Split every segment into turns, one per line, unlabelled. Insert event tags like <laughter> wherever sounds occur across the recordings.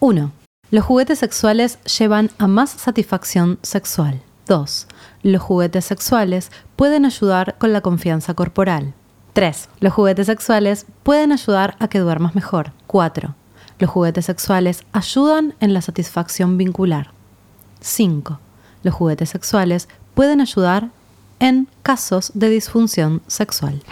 1. Los juguetes sexuales llevan a más satisfacción sexual. 2. Los juguetes sexuales pueden ayudar con la confianza corporal. 3. Los juguetes sexuales pueden ayudar a que duermas mejor. 4. Los juguetes sexuales ayudan en la satisfacción vincular. 5. Los juguetes sexuales pueden ayudar en casos de disfunción sexual.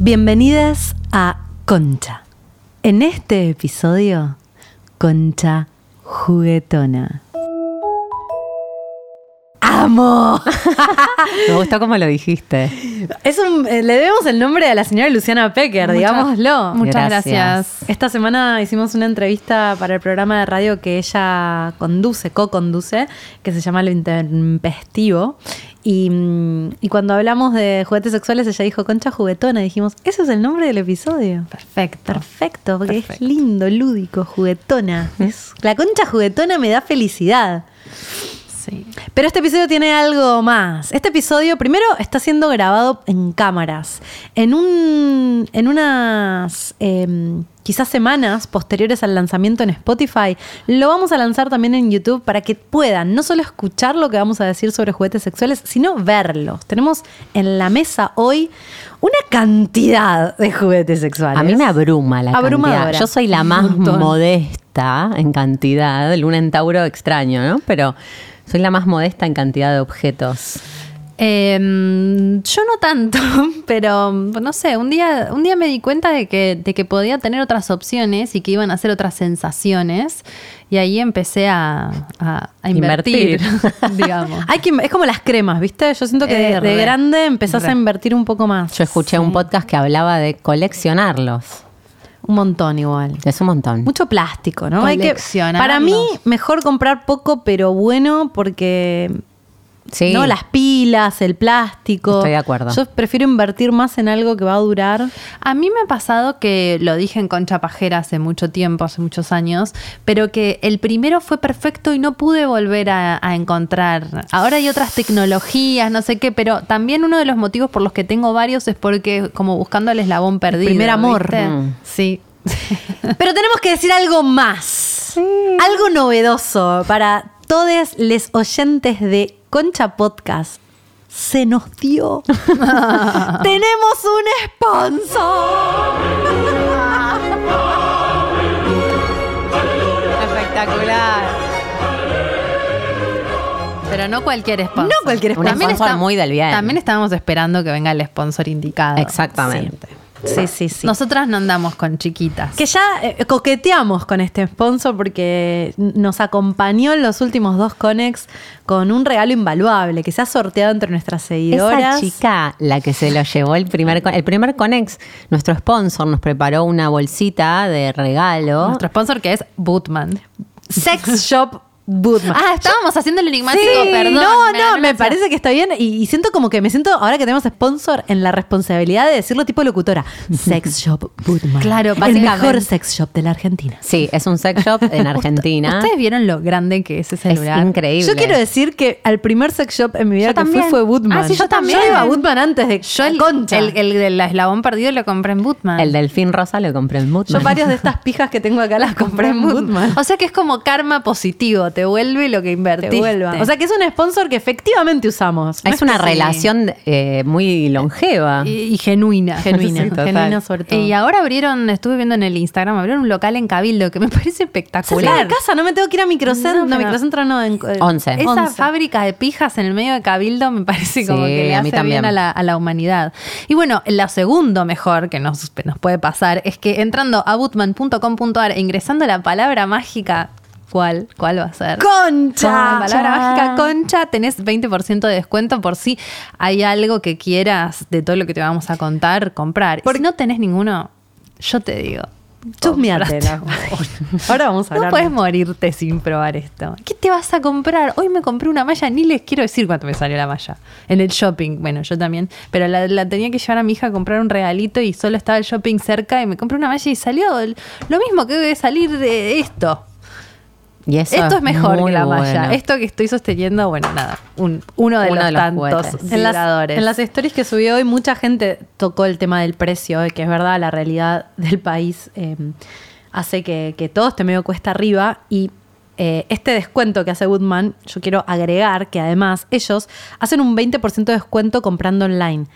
Bienvenidas a Concha. En este episodio, Concha juguetona. ¡Amo!
Me gustó como lo dijiste.
Es un- eh, le debemos el nombre a la señora Luciana Pecker,
Muchas-
digámoslo.
Muchas
Gracias.
gracias.
Esta semana hicimos una entrevista para el programa de radio que ella conduce, co-conduce, que se llama Lo Intempestivo. Y, mm, y cuando hablamos de juguetes sexuales, ella dijo Concha Juguetona. Y dijimos, ese es el nombre del episodio.
Perfecto.
Perfecto, porque
Perfecto.
es lindo, lúdico, juguetona. Es- la concha juguetona me da felicidad.
Sí.
Pero este episodio tiene algo más. Este episodio primero está siendo grabado en cámaras. En un. en unas em, quizás semanas posteriores al lanzamiento en Spotify, lo vamos a lanzar también en YouTube para que puedan no solo escuchar lo que vamos a decir sobre juguetes sexuales, sino verlos. Tenemos en la mesa hoy una cantidad de juguetes sexuales.
A mí me abruma la
Abrumadora.
cantidad. Yo soy la
Un
más
montón.
modesta en cantidad. Luna en Tauro extraño, ¿no? Pero soy la más modesta en cantidad de objetos.
Em, yo no tanto, <laughs> pero no sé, un día, un día me di cuenta de que, de que podía tener otras opciones y que iban a ser otras sensaciones. Y ahí empecé a, a- a invertir,
Invertir.
<laughs> digamos.
<laughs> Hay que- es como las cremas, ¿viste? Yo siento que de-
Eh,
de,
re,
grande empezás
re.
a invertir un poco más.
Yo escuché un podcast que hablaba de coleccionarlos.
Un montón igual.
Es un montón.
Mucho plástico, ¿no? Hay que,
Coleccionarlos.
para mí, mejor comprar poco pero bueno porque...
Sí.
¿no? Las pilas, el plástico.
Estoy de acuerdo.
Yo prefiero invertir más en algo que va a
<laughs>
durar.
A mí me ha pasado que lo dije en Concha Pajera hace mucho tiempo, hace muchos años, pero que el primero fue perfecto y no pude volver a, a encontrar. Ahora hay otras tecnologías, no sé qué, pero también uno de los motivos por los que tengo varios es porque como buscando el eslabón perdido.
primer amor.
¿viste?
Mm.
Sí. <laughs>
Pero tenemos que decir algo más. Algo novedoso para todos los oyentes de Concha Podcast. Se nos
<laughs>
dio. <laughs> Tenemos un sponsor.
Espectacular. Pero no cualquier sponsor.
No cualquier
Un
sponsor.
También
sponsor
está-
muy del bien.
También estábamos esperando que venga el sponsor indicado.
Exactamente.
Sí, sí,
Sí.
sí.
Nosotras no andamos con chiquitas.
Que ya eh, coqueteamos con este sponsor porque nos acompañó en los últimos dos Conex con un regalo invaluable que se ha sorteado entre nuestras seguidoras.
Esa chica, la que se lo llevó el primer, con- el primer Conex, nuestro sponsor nos preparó una bolsita de regalo.
Nuestro sponsor que es Bootman.
Sex Shop Bootman.
Ah, estábamos haciendo el enigmático,
Sí,
perdón.
No,
ganó
no, me
la ansiedad.
parece que está bien. Y, y siento como que me siento, ahora que tenemos sponsor, en la responsabilidad de decirlo tipo locutora. Sex Shop Bootman.
Claro,
El
básicamente.
mejor sex shop de la Argentina.
Sí, es un sex shop en Argentina.
¿Ustedes vieron lo grande que es ese
Es
celular?
increíble.
Yo quiero decir que al primer sex shop en mi vida
Yo
que
también.
fui fue Bootman.
Ah, sí, yo también.
Yo iba a Bootman antes de
Yo el,
Concha.
el, el del eslabón perdido lo compré en Bootman.
El delfín rosa
<laughs>
lo compré en Mutman.
Yo varias de estas pijas que tengo acá las compré en Bootman.
O sea que es como karma positivo. te vuelve lo que invertiste.
O sea que es un sponsor que efectivamente usamos. No
es una
que sí.
relación eh, muy longeva.
y, y genuina. <laughs>
Genuina,
Sí, total.
genuina sobre todo.
Y ahora abrieron, estuve viendo en el Instagram, abrieron un local en Cabildo que me <laughs> parece
Salí de
espectacular.
casa, no me tengo que ir a microcentro. No,
No, pero-
microcentro no. En, eh,
Once.
Esa
Esa
fábrica-
fábrica de pijas en el medio de Cabildo me parece como
Sí,
que le
a
hace
mí
bien
también.
a la, a la humanidad. Y bueno, lo segundo mejor que nos, que nos puede pasar es que entrando a bootman.com.ar e ingresando la palabra mágica, ¿cuál, cuál va a ser?
¡Concha!
Con la palabra mágica concha tenés 20% de descuento por si hay algo que quieras de todo lo que te vamos a contar, comprar. Porque no tenés ninguno, yo te digo.
Chusmeate.
comprate.
<laughs>
<laughs>
Ahora vamos a
No
hablar.
puedes morirte sin probar esto. ¿Qué te vas a comprar? Hoy me compré una malla, ni les quiero decir cuánto me salió la malla. En el shopping, bueno, yo también. Pero la, la tenía que llevar a mi hija a comprar un regalito y solo estaba el shopping cerca y me compré una malla y salió el- lo mismo que debe salir de esto.
Y eso
Esto es mejor
muy
que la malla.
bueno.
Esto que estoy sosteniendo, bueno, nada, un- uno de
Uno
los
de los
tantos
juguetes.
en las,
vibradores.
en las stories que subí hoy, mucha gente tocó el tema del precio, eh, que es verdad, la realidad <laughs> del país eh, hace que, que todo este medio cuesta arriba. Y eh, este descuento que hace Goodman, yo quiero agregar que además ellos hacen un 20% de descuento comprando online.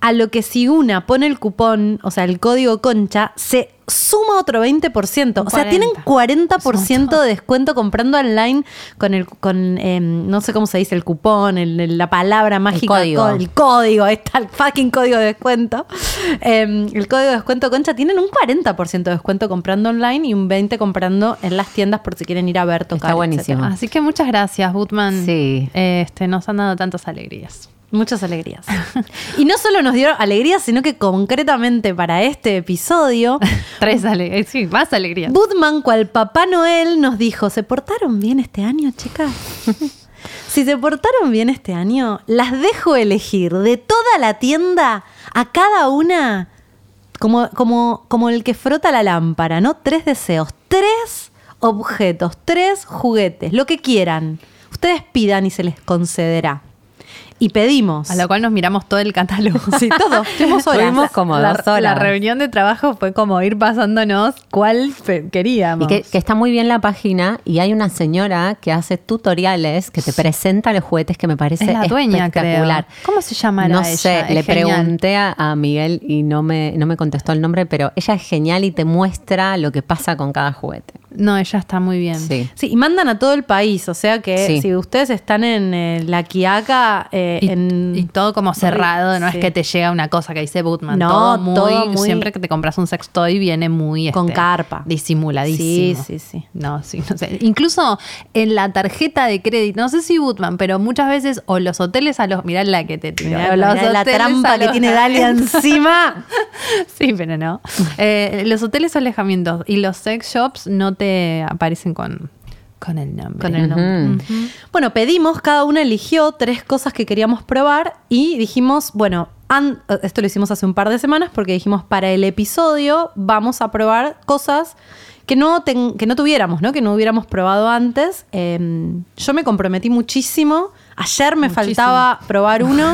A lo que si una pone el cupón, o sea, el código concha, se suma otro 20%. O sea, tienen 40% de descuento comprando online con el con em, no sé cómo se dice el cupón, el- el- la palabra mágica,
código.
co- el código, está el fucking código de descuento. Em, el código de descuento concha tienen un 40% de descuento comprando online y un 20 comprando en las tiendas por si quieren ir a ver tocar.
Está buenísimo.
etcétera.
Así que muchas gracias, Butman.
Sí.
Este, nos han dado tantas alegrías. <laughs>
Muchas alegrías. <laughs> y no solo nos dieron alegrías, sino que concretamente para este
<laughs>
episodio
Tres alegrías. Sí, más alegrías.
Budman, cual Papá Noel, nos dijo, ¿se portaron bien este año,
<laughs>
chicas? si se portaron bien este año, las dejo elegir de toda la tienda a cada una, como, como, como el que frota la lámpara, ¿no? Tres deseos, tres objetos, tres juguetes, lo que quieran. Ustedes pidan y se les concederá. Y pedimos.
A lo cual nos miramos todo el catálogo. <laughs>
Sí, todo. Estuvimos horas.
Tuvimos como
la,
dos horas.
la reunión de trabajo fue como ir pasándonos cuál fe- queríamos.
Y que, que está muy bien la página y hay una señora que hace tutoriales que te presenta los juguetes que me parece
Es la dueña, creo.
espectacular.
¿Cómo se llamará
No
ella?
sé,
Es
le
genial.
pregunté a, a Miguel y no me, no me contestó el nombre, pero ella es genial y te muestra lo que pasa con cada juguete.
no, ella está muy bien.
Sí.
Sí, y mandan a todo el país, o sea que
Sí.
si ustedes están en eh, La Quiaca, eh,
Y,
en...
y todo como cerrado, no
Sí.
es que te llega una cosa que dice Bootman.
No,
todo muy,
todo muy-
Siempre que te compras un sextoy viene muy. este,
Con carpa.
Disimuladísimo.
Sí, sí, sí.
No, sí, no sé. Incluso en la tarjeta de crédito, no sé si Bootman, pero muchas veces, o los hoteles a los. Mirá la que te tiró.
Mirá,
los
mirá la
hoteles
trampa
<laughs> a
que
los-
tiene Dalia encima.
<laughs> Sí, pero no. Eh, los hoteles son alejamientos y los sex shops no te aparecen con, con el nombre. Mm.
Con el nombre. <laughs> Bueno, pedimos, cada una eligió tres cosas que queríamos probar y dijimos, bueno, an- esto lo hicimos hace un par de semanas porque dijimos, para el episodio vamos a probar cosas que no, ten- que no tuviéramos, ¿no? Que no hubiéramos probado antes. Eh, yo me comprometí muchísimo. Ayer me faltaba probar <laughs> uno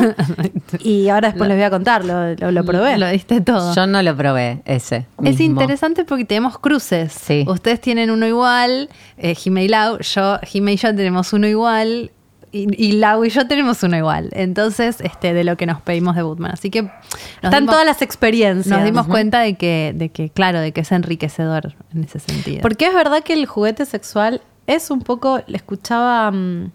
y ahora después les voy a contar, lo, lo- lo probé.
Lo diste todo.
Yo no lo probé ese.
Es
mismo.
interesante porque tenemos cruces.
Sí.
Ustedes tienen uno igual, eh, Jime y Lau, yo, Jime y yo tenemos uno igual, y, y Lau y yo tenemos uno igual. Entonces, este, de lo que nos pedimos de Bootman. Así que nos
Están
dimos-
todas las experiencias.
nos dimos cuenta de que, de que, claro, de que es enriquecedor en ese sentido.
Porque es verdad que el juguete sexual es un poco. le Escuchaba. mm,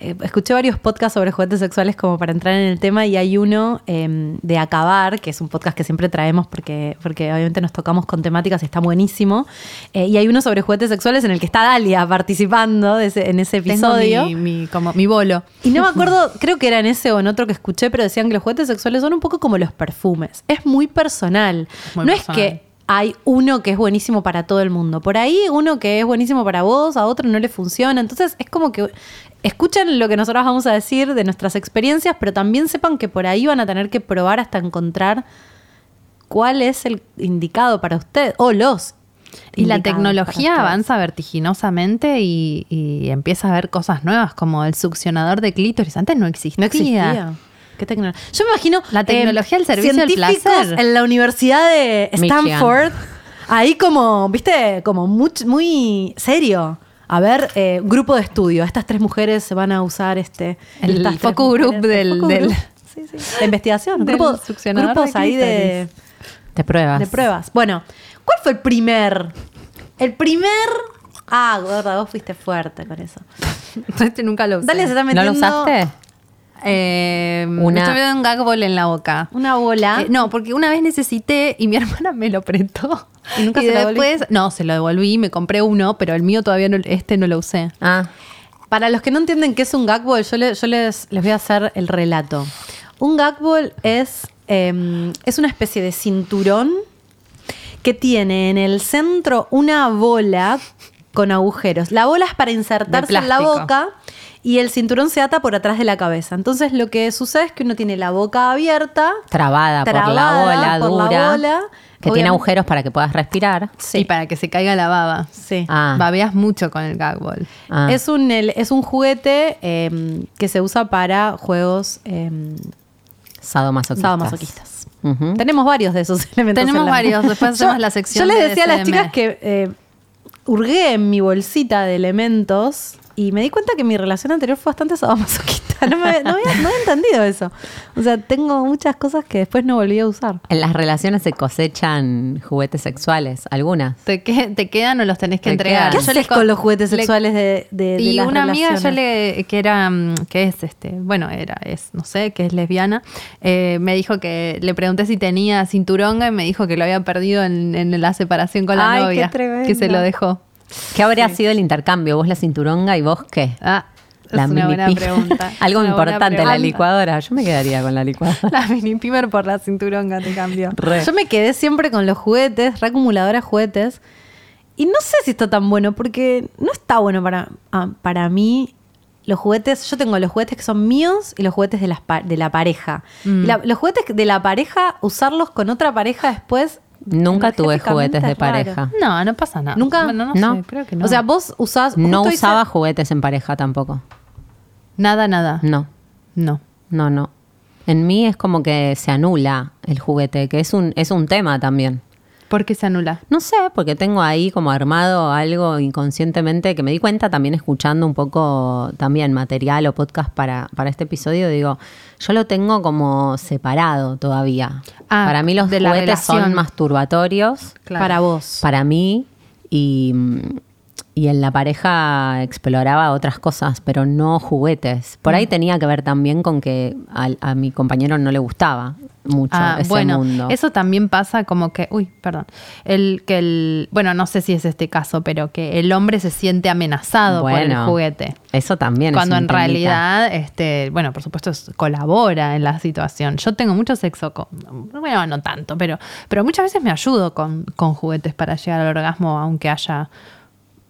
eh, escuché varios podcasts sobre juguetes sexuales como para entrar en el tema y hay uno eh, de Acabar, que es un podcast que siempre traemos porque, porque obviamente nos tocamos con temáticas y está buenísimo. Eh, y hay uno sobre juguetes sexuales en el que está Dalia participando de ese- en ese
Tengo
episodio.
mi, mi- como, mi bolo.
Y
<laughs>
no me acuerdo, creo que era en ese o en otro que escuché, pero decían que los juguetes sexuales son un poco como los perfumes. Es muy personal.
Muy
no
personal.
es que hay uno que es buenísimo para todo el mundo. Por ahí uno que es buenísimo para vos, a otro no le funciona. Entonces es como que escuchen lo que nosotros vamos a decir de nuestras experiencias, pero también sepan que por ahí van a tener que probar hasta encontrar cuál es el indicado para usted o los.
Y la
indicados para
tecnología
ustedes.
avanza vertiginosamente y, y empieza a ver cosas nuevas, como el succionador de clítoris. Antes no existía.
No
<laughs>
existía. <laughs> ¿Qué tecno- Yo me imagino
La
eh,
tecnología al servicio del
científicos
placer.
en la Universidad de
Michigan.
Stanford, ahí como, viste, como much- muy serio. a ver, eh, grupo de estudio, estas tres mujeres se van a usar este...
El
estas tres
focus group
mujeres,
del-
focus
del-
group, sí, sí, de investigación,
del
grupo-
succionador
grupos
de
ahí de,
clítoris.
Te pruebas.
de pruebas. Bueno, ¿cuál fue el primer? El primer... Ah, gorda, vos fuiste fuerte con eso.
Este nunca lo usé.
Dale, se está
¿No
metiendo...
lo usaste?
Eh,
Una-
Me estoy metiendo un gag ball en la boca.
Una bola.
Eh, no, porque una vez necesité y mi <laughs> hermana me lo prestó.
¿Y nunca se lo
después, No, se lo devolví, me compré uno, pero el mío todavía no, este no lo usé.
Ah,
Para los que no entienden qué es un gagball, yo, le- yo les, les voy a hacer el relato. Un gagball es, eh, es una especie de cinturón que tiene en el centro una bola con agujeros. La bola es para insertarse en la
plástico.
boca y el cinturón se ata por atrás de la cabeza. Entonces lo que sucede es que uno tiene la boca abierta,
trabada, por la bola
Trabada por la
dura.
bola,
que
obviamente.
tiene agujeros para que puedas respirar.
Sí.
Y para que se caiga la baba.
Sí.
Ah.
Babeas mucho con el gag ball.
Ah.
Es, un, el- es un juguete eh, que se usa para juegos eh,
sadomasoquistas.
sadomasoquistas.
Ujú.
Tenemos varios de esos <laughs> elementos.
Tenemos
en la-
varios, después hacemos la sección
Yo
de
les decía a las
DSM.
chicas que eh, hurgué en mi bolsita de elementos y me di cuenta que mi relación anterior fue bastante sadomasoquista. <laughs> No, me- no había, no había entendido eso. O sea, tengo muchas cosas que después no volví a usar.
En las relaciones se cosechan juguetes sexuales, algunas.
¿Te, que- te quedan o los tenés que
Te
entregar?
quedan.
¿Qué
Yo
haces
co-
con los juguetes
le-
sexuales de, de, de
y
las
una amiga yo
relaciones?
le que era mm, que es este bueno era es no sé que es lesbiana eh, me dijo que le pregunté si tenía cinturonga y me dijo que lo había perdido en, en la separación con la
Ay, qué
novia que se
tremendo.
lo dejó
¿Qué habría sido el intercambio? ¿Vos la cinturonga y vos qué?
ah
la
es una buena
mini pi- <laughs>
pregunta
Algo
Es una buena
importante, la
pregunta.
licuadora. Yo me quedaría con la licuadora.
<laughs> la mini pimer por la cinturonga te cambió
Re.
Yo me quedé siempre con los juguetes, reacumuladora de juguetes. Y no sé si está tan bueno, porque no está bueno para, ah, para mí. Los juguetes, yo tengo los juguetes que son míos y los juguetes de, las pa- de la pareja.
Mm.
Y la- los juguetes de la pareja, usarlos con otra pareja después.
Nunca tuve
energéticamente
juguetes de
es raro.
pareja.
no no pasa nada
¿Nunca?
Bueno, no,
No.
sé creo que no
O sea, vos usás.
<laughs> No
justo hice-
usaba juguetes en pareja tampoco.
nada nada
No,
no
no, no. En mí es como que se anula el juguete, que es un, es un tema también.
¿Por qué se anula
No sé, porque tengo ahí como armado algo inconscientemente que me di cuenta también escuchando un poco también material o podcast para, para este episodio. Digo, yo lo tengo como separado todavía.
Ah,
para mí los
de la
juguetes son
relación.
masturbatorios
Claro.
Para vos.
para mí y, mm, y en la pareja exploraba otras cosas, pero no juguetes. Por
Mm.
ahí tenía que ver también con que al- a, mi compañero no le gustaba mucho
Ah,
ese
bueno,
mundo.
eso también pasa como que, uy, perdón, el que el, bueno, no sé si es este caso, pero que el hombre se siente amenazado por el
Bueno,
juguete.
Eso también. es
Cuando
un
en
temita.
realidad, este, bueno, por supuesto, es- colabora en la situación. Yo tengo mucho sexo con, bueno, no tanto, pero, pero muchas veces me ayudo con, con juguetes para llegar al orgasmo, aunque haya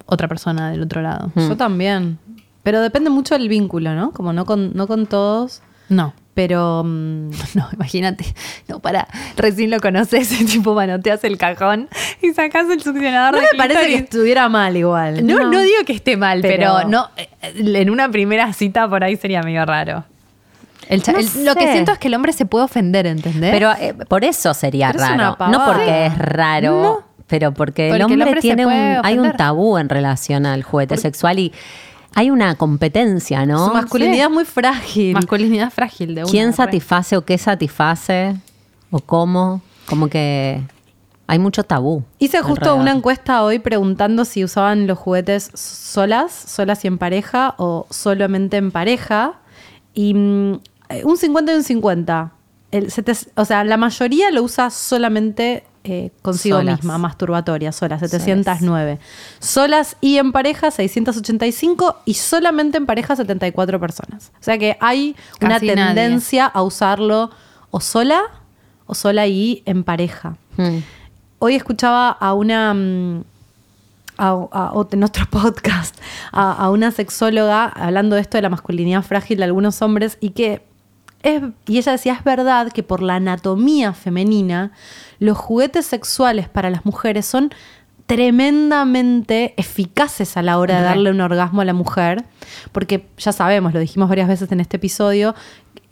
otra persona del otro lado.
Hmm. mm.
Yo también. Pero depende mucho del vínculo, ¿no? Como no con, no con todos.
No.
Pero. mm,
<laughs> No, imagínate. No, para. Recién lo conoces <laughs> y tipo manoteas el cajón y sacas el succionador
no
de
me parece que
clítoris.
estuviera mal igual.
No, no, digo que esté mal, pero,
Pero-
no eh, en una primera cita por ahí sería medio raro. El cha-
No
el- lo que
sé.
siento es que el hombre se puede ofender, ¿entendés?
Pero eh, por eso sería
Pero es una
raro.
pavada.
No porque es raro. Pero porque,
Porque el
el hombre,
hombre se
tiene un,
puede
hay un
ofender.
tabú en relación al juguete sexual y hay una competencia, ¿no?
Su masculinidad es muy frágil.
masculinidad frágil de uno.
¿Quién
re.
satisface o qué satisface o cómo? Como que hay mucho tabú.
Hice justo
alrededor.
una encuesta hoy preguntando si usaban los juguetes solas, solas y en pareja o solamente en pareja. Y mm, eh, un 50 y un 50. El sete- o sea, la mayoría lo usa solamente eh, consigo
Solas.
misma, masturbatoria, sola, 709. Solas. y en pareja, 685 y solamente en pareja, 74 personas. O sea que hay una
Casi nadie.
tendencia a usarlo o sola o sola y en pareja.
Mm.
Hoy escuchaba a una. mm, a- a ot- en otro <laughs> podcast, a, a una sexóloga hablando de esto de la masculinidad frágil de algunos hombres y que. Es, y ella decía, es verdad que por la anatomía femenina, los juguetes sexuales para las mujeres son tremendamente eficaces a la hora de
Re.
darle un orgasmo a la mujer, porque ya sabemos, lo dijimos varias veces en este episodio,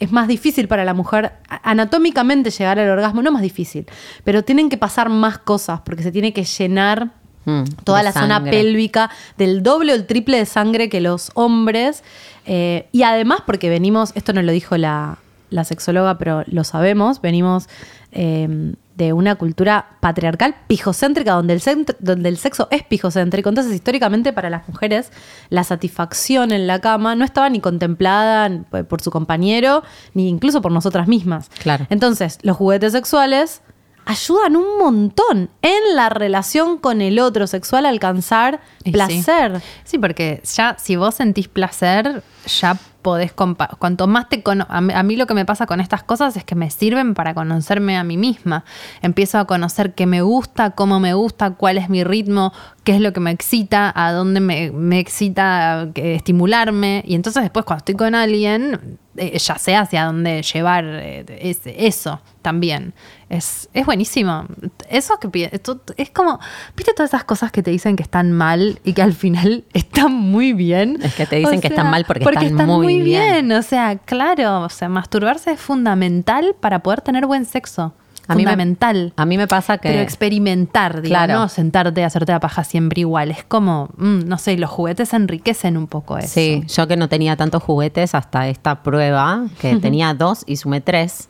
es más difícil para la mujer a- anatómicamente llegar al orgasmo, no más difícil, pero tienen que pasar más cosas, porque se tiene que llenar
Mm,
toda
de
la zona
sangre.
pélvica del doble o el triple de sangre que los hombres. Eh, y además, porque venimos, esto no lo dijo la, la sexóloga, pero lo sabemos, venimos eh, de una cultura patriarcal pijocéntrica, donde el, centro- donde el sexo es pijocéntrico. Entonces, históricamente, para las mujeres, la satisfacción en la cama no estaba ni contemplada eh, por su compañero, ni incluso por nosotras mismas.
Claro.
Entonces, los juguetes sexuales ayudan un montón en la relación con el otro sexual a alcanzar
Y sí.
placer.
Sí, porque ya si vos sentís placer, ya podés compa cuanto más te cono a, mí- a mí lo que me pasa con estas cosas es que me sirven para conocerme a mí misma. Empiezo a conocer qué me gusta, cómo me gusta, cuál es mi ritmo, qué es lo que me excita, a dónde me, me excita eh, estimularme y entonces después cuando estoy con alguien eh, ya sé hacia dónde llevar eh, ese- eso también. Es, es buenísimo. Eso que pi- esto- es como, ¿viste todas esas cosas que te dicen que están mal y que al final <laughs> están muy bien?
Es que te dicen que están mal porque están muy bien.
O sea, claro, o sea, masturbarse es fundamental para poder tener buen sexo.
A mí me-
fundamental.
A mí me pasa que...
Pero experimentar, digo,
Claro.
no sentarte y hacerte la paja siempre igual. Es como, mm, no sé, los juguetes enriquecen un poco eso.
Sí, yo que no tenía tantos juguetes hasta esta prueba, que tenía dos y sumé tres.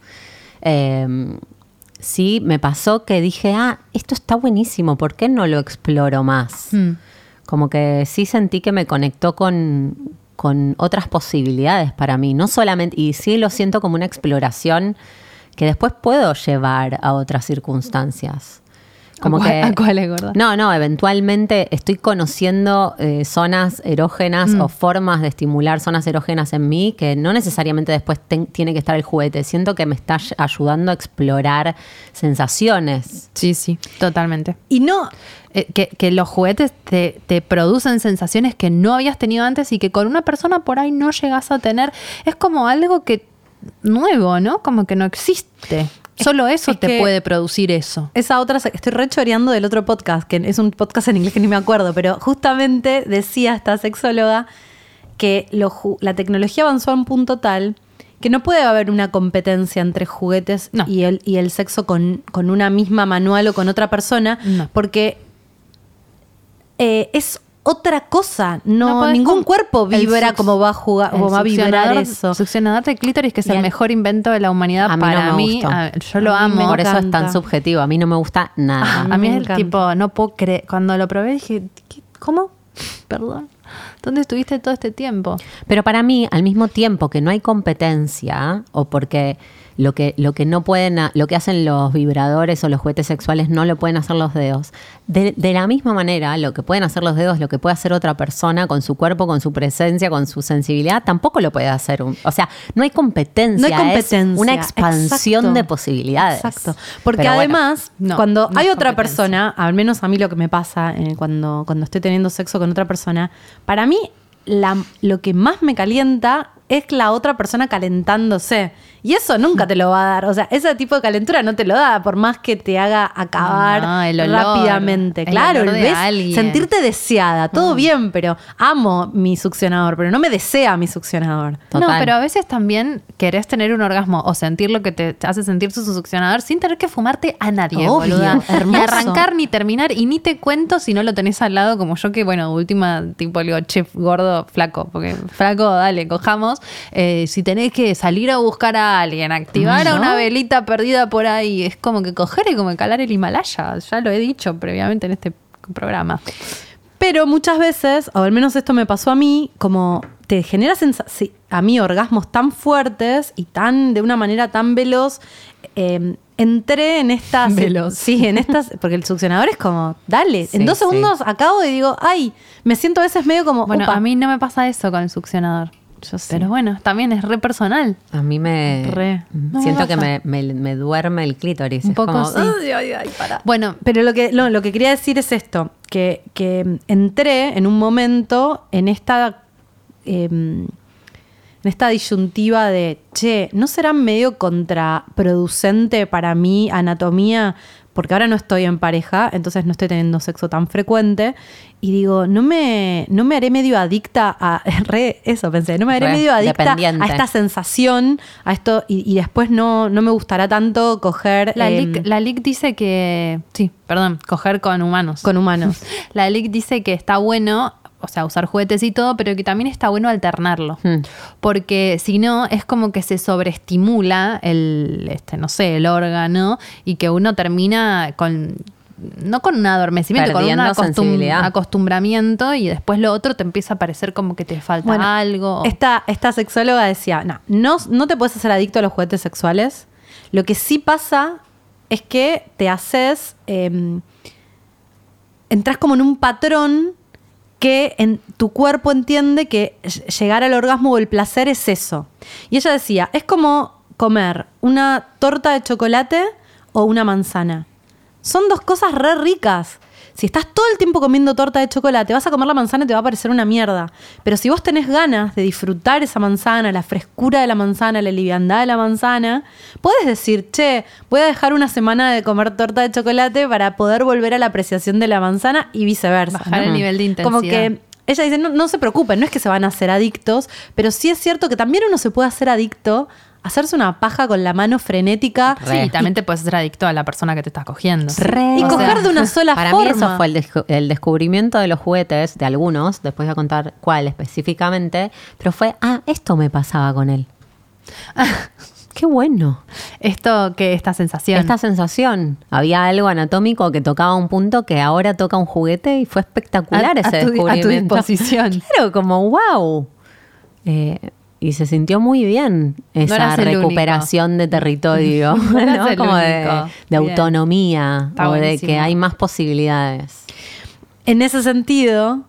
eh, sí, me pasó que dije, ah, esto está buenísimo, ¿por qué no lo exploro más?
Mm.
Como que sí sentí que me conectó con, con otras posibilidades para mí, no solamente, y sí lo siento como una exploración que después puedo llevar a otras circunstancias. Como
¿A cuál-
que,
a cuál es, gorda?
No, no, eventualmente estoy conociendo eh, zonas erógenas
Mm.
o formas de estimular zonas erógenas en mí que no necesariamente después ten- tiene que estar el juguete. Siento que me está ay- ayudando a explorar sensaciones.
Sí, sí, totalmente.
Y no,
Eh, que, que los juguetes te, te producen sensaciones que no habías tenido antes y que con una persona por ahí no llegas a tener. Es como algo que nuevo, ¿no? Como que no existe. Solo eso
es
te
que-
puede producir eso.
Esa otra, se- estoy rechoreando del otro podcast, que es un podcast en inglés que ni me acuerdo, pero justamente decía esta sexóloga que lo ju- la tecnología avanzó a un punto tal que no puede haber una competencia entre juguetes
No.
y, el, y el sexo con, con una misma manual o con otra persona,
No.
porque eh, es otra cosa.
No
No,
podés
ningún
con-
cuerpo
el
vibra
suc-
como va a jugar,
el
como va a vibrar
succionador-
eso.
Succionador de clítoris, que es
Y
el
al-
mejor invento de la humanidad
A mí
para
no me
mí.
gustó.
a- yo lo
A mí me
amo.
Por eso es
encanta.
tan subjetivo. A mí no me gusta nada.
A
me
mí es el
encanta.
tipo, no puedo creer. Cuando lo probé dije, ¿qué? ¿cómo? <laughs> Perdón. ¿Dónde estuviste todo este tiempo?
Pero para mí, al mismo tiempo que no hay competencia, o porque lo que, lo que no pueden, a- lo que hacen los vibradores o los juguetes sexuales no lo pueden hacer los dedos. De, de la misma manera, lo que pueden hacer los dedos, lo que puede hacer otra persona con su cuerpo, con su presencia, con su sensibilidad, tampoco lo puede hacer. un- o sea, no hay competencia.
No hay
es
competencia,
una expansión
exacto.
de posibilidades.
Exacto. Porque
Pero bueno,
además,
no,
cuando
no
hay
es
otra
competencia.
persona, al menos a mí lo que me pasa eh, cuando, cuando estoy teniendo sexo con otra persona, para mí la- lo que más me calienta es la otra persona calentándose. Y eso
Mm.
nunca te lo va a dar. O sea, ese tipo de calentura no te lo da, por más que te haga acabar
No, el olor,
rápidamente.
el
claro,
olor de
ves,
alguien. Mm.
sentirte deseada, todo bien, pero amo mi succionador, pero no me desea mi succionador.
Total.
No, pero a veces también querés tener un orgasmo o sentir lo que te, te hace sentir su succionador sin tener que fumarte a nadie,
Obvio,
boluda. Ni
<laughs> hermoso.
arrancar ni terminar y ni te cuento si no lo tenés al lado como yo que, bueno, de última tipo le digo, chef gordo, flaco, porque flaco, dale, cojamos. Eh, si tenés que salir a buscar a alguien, activar a una velita perdida por ahí, es como que coger y como que calar el Himalaya, ya lo he dicho previamente en este programa.
Pero muchas veces, o al menos esto me pasó a mí, como te genera sensa- sí, a mí orgasmos tan fuertes y tan de una manera tan veloz. eh, entré en estas.
Veloz.
Sí, en estas.
<laughs>
Porque el succionador es como, dale.
Sí,
en dos
sí.
segundos acabo y digo, ay, me siento a veces medio como.
Bueno,
upa.
a mí no me pasa eso con el succionador. Pero bueno, también es re personal.
A mí me.
Re.
mm,
No,
siento
basta.
que me, me- me duerme el clítoris.
Un
Es
poco
como, ¡ah!
sí.
"Ay, ay, ay, para".
Bueno,
Pero lo que, no, lo que quería decir es esto, que, que entré en un momento en esta, eh, en esta disyuntiva de, che, ¿no será medio contraproducente para mi anatomía porque ahora no estoy en pareja, entonces no estoy teniendo sexo tan frecuente. Y digo, no me, no me haré medio adicta a. <laughs> re- eso pensé, no me haré
Re
medio adicta
dependiente.
a esta sensación, a esto, y, y después no, no me gustará tanto coger
La,
em,
LIC, la LIC dice que. Sí, perdón, coger con humanos.
con humanos.
<laughs> La LIC dice que está bueno, o sea, usar juguetes y todo, pero que también está bueno alternarlo.
Hmm.
Porque si no, es como que se sobreestimula el, este, no sé, el órgano y que uno termina con. No con un adormecimiento,
Perdiendo
con un
sensibilidad.
acostumbramiento y después lo otro te empieza a parecer como que te falta
Bueno,
algo.
Esta, esta sexóloga decía, no, no, no te puedes hacer adicto a los juguetes sexuales. Lo que sí pasa es que te haces, eh, entras como en un patrón que en tu cuerpo entiende que ll- llegar al orgasmo o el placer es eso. Y ella decía, es como comer una torta de chocolate o una manzana. Son dos cosas re ricas. Si estás todo el tiempo comiendo torta de chocolate, vas a comer la manzana y te va a parecer una mierda. Pero si vos tenés ganas de disfrutar esa manzana, la frescura de la manzana, la liviandad de la manzana, puedes decir, che, voy a dejar una semana de comer torta de chocolate para poder volver a la apreciación de la manzana y viceversa.
Bajar el nivel de intensidad.
Como que ella dice, no, no se preocupen, no es que se van a hacer adictos, pero sí es cierto que también uno se puede hacer adicto, hacerse una paja con la mano frenética
Sí, y también te puedes hacer adicto a la persona que te estás cogiendo.
Re.
y
O
coger
sea,
de
<laughs>
una sola
Para
forma.
mí eso fue el, descu- el descubrimiento de los juguetes, de algunos, después voy a contar cuál específicamente, pero fue, ah, esto me pasaba con él.
Ah.
<laughs> Qué bueno.
Esto que esta sensación.
Esta sensación. Había algo anatómico que tocaba un punto que ahora toca un juguete y fue espectacular
A- a
ese
tu di- a tu
descubrimiento.
disposición.
<laughs> Claro, como wow. Eh, y se sintió muy bien esa
eras el único.
recuperación de territorio,
<laughs> No eras
¿no?
el
como de,
único.
de
Bien.
autonomía
Está
o de
buenísimo.
que hay más posibilidades.
En ese sentido,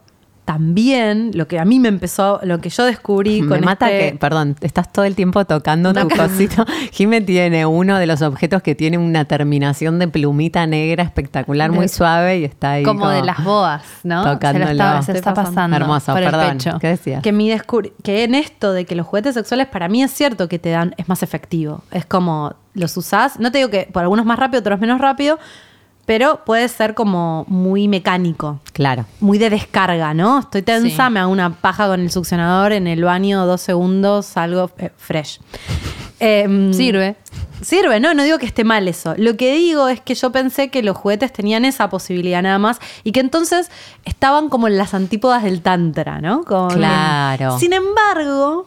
también lo que a mí me empezó, lo que yo descubrí
<laughs> Me
con
mata
este-
que, perdón, estás todo el tiempo tocando tu cosito. Jime tiene uno de los objetos que tiene una terminación de plumita negra espectacular, muy
De-
suave y está ahí.
como, de las boas, ¿no? Se,
tocándolo.
lo está, se
Estoy
está
pasando.
pasando.
Hermoso,
por el
perdón.
pecho.
¿Qué decías?
que mi descubri- que en esto de que los juguetes sexuales para mí es cierto que te dan es más efectivo es como los usás no te digo que por algunos más rápido otros menos rápido pero puede ser como muy mecánico
Claro.
muy de descarga no estoy tensa
Sí.
me hago una paja con el succionador en el baño dos segundos salgo eh,
<laughs>
fresh Em,
Sirve.
Sirve, no, no digo que esté mal eso. Lo que digo es que yo pensé que los juguetes tenían esa posibilidad nada más y que entonces estaban como en las antípodas del Tantra, ¿no? Como que-
Claro.
Sin embargo,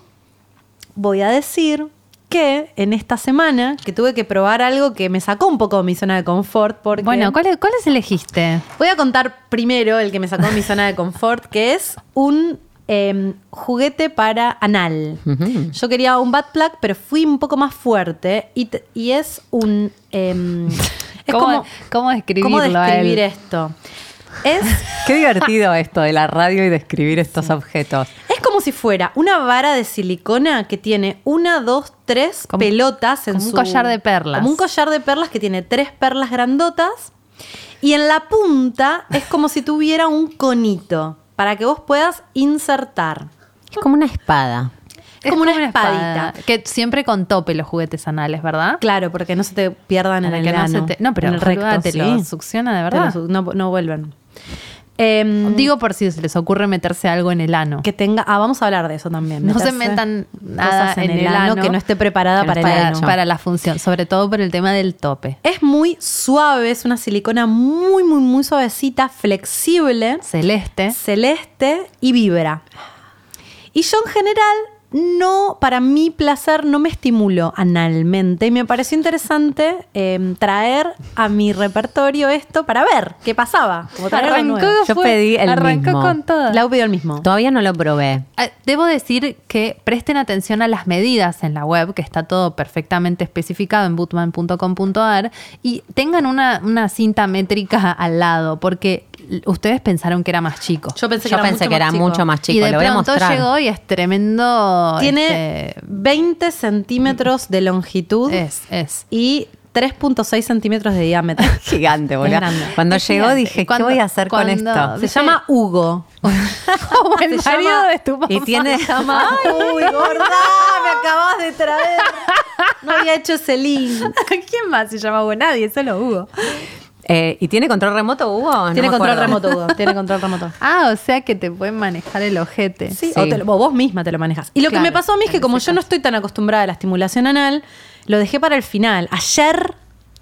voy a decir que en esta semana que tuve que probar algo que me sacó un poco de mi zona de confort porque...
Bueno, ¿cuáles cuáles elegiste?
Voy a contar primero el que me sacó de mi zona de confort, que es un em, juguete para anal.
Ujú.
Yo quería un butt plug, pero fui un poco más fuerte y, te- y es un... em, es
¿Cómo-
como,
cómo describirlo
¿Cómo
a
describir
él?
esto? Es,
Qué divertido esto de la radio y describir estos objetos.
es como si fuera una vara de silicona que tiene una, dos, tres
Como-
pelotas en
como un
su-
collar de perlas.
Como un collar de perlas que tiene tres perlas grandotas y en la punta es como si tuviera un conito para que vos puedas insertar.
Es como una espada.
Es como una
espada.
espadita.
Que siempre con tope los juguetes anales, ¿verdad?
Claro, porque no se te pierdan
Para
en el
que no se
ano,
te- no, pero
en el
boluda, te lo succiona de verdad.
Te lo su- no, no vuelven. Em,
Digo por si se les ocurre meterse algo en el ano.
que tenga. Ah, vamos a hablar de eso también.
No se
Meterse
metan
cosas
nada en, el, ano,
que no esté preparada
que no
para,
esté
el ano.
para la función, sobre todo por el tema del tope.
Es muy suave, es una silicona muy, muy, muy suavecita, flexible,
Celeste.
celeste y vibra. Y yo en general no, para mi placer, no me estimulo analmente. Y me pareció interesante eh, traer a mi repertorio esto para ver qué pasaba. como traer algo nuevo.
Yo pedí el
arrancó
mismo.
con todo.
Lau pidió el mismo.
Todavía no lo probé.
Ah, Debo decir que presten atención a las medidas en la web, que está todo perfectamente especificado en bootman.com.ar, y tengan una, una cinta métrica al lado, porque l- ustedes pensaron que era más chico.
Yo pensé que
Yo
era,
pensé
mucho,
que era
más chico.
mucho más chico.
y de
lo voy a
pronto
mostrar.
llegó y es tremendo.
Tiene
este-
20 centímetros de longitud
este, es,
<laughs>
es.
y 3.6 centímetros de diámetro.
Gigante, boludo.
Es grande.
Cuando
Es
llegó
gigante.
dije, ¿qué
Cuando-
voy a hacer con
cuando-
esto?
Se llama Hugo.
<laughs> Como el
Se
marido
llama-
de tu papá.
Y
<laughs>
<laughs>
tiene.
Ay, uy, gorda, me acabas de traer. No había hecho ese link.
¿Quién más se llamaba Nadie? Solo Hugo.
Eh, ¿Y tiene control remoto Hugo? No
tiene
me
control
acuerdo.
remoto,
<laughs>
Hugo. Tiene control remoto.
Ah, o sea que te pueden manejar el ojete.
Sí,
Sí.
O, te lo- o vos misma te lo manejas. Y lo
Claro,
que me pasó a mí es que
en
como
ese
yo no estoy tan acostumbrada a la estimulación anal, lo dejé para el final. Ayer,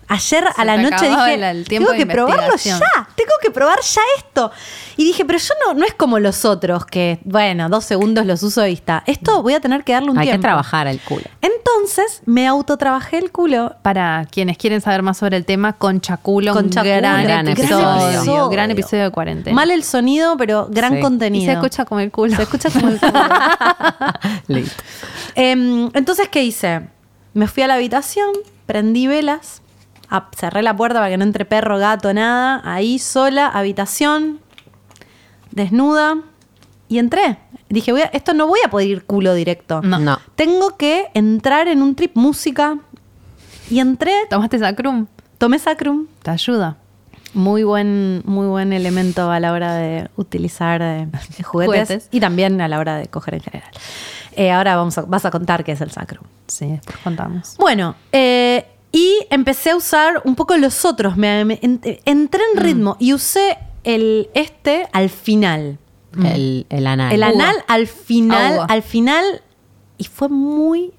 ayer
Se
a la
te
noche
acababa
dije,
el- el tiempo
tengo
de
que probarlo ya,
investigación".
tengo que probar ya esto. Y dije, pero yo no, no es como los otros, que bueno, dos segundos los uso y está. Esto voy a tener que darle un
Hay
tiempo.
que trabajar el culo.
Entonces me autotrabajé el culo.
Para quienes quieren saber más sobre el tema, Concha Culo, un
Concha Culo,
gran,
gran
episodio,
episodio.
Gran episodio de cuarentena.
Mal el sonido, pero gran
Sí.
contenido.
Este. Y se escucha como el culo.
Se escucha como el culo.
Listo.
<laughs> Em, entonces, ¿qué hice? Me fui a la habitación, prendí velas, a- cerré la puerta para que no entre perro, gato, nada. Ahí sola, habitación, desnuda, y entré. Dije, voy a- esto no voy a poder ir culo directo.
Mm.
No. No.
Tengo que entrar en un trip música. Y entré,
<laughs> Tomaste Sacrum,
tomé Sacrum.
te ayuda.
Muy buen, muy buen elemento a la hora de utilizar eh, juguetes,
Juguetes.
y también a la hora de coger en general. Eh, ahora vamos a- vas a contar qué es el Sacrum.
Sí, después contamos.
Bueno, eh, y empecé a usar un poco los otros. Me, me- ent- entré en ritmo y usé el este al final.
El, el anal.
El anal al final,
Agua.
al final. Y fue muy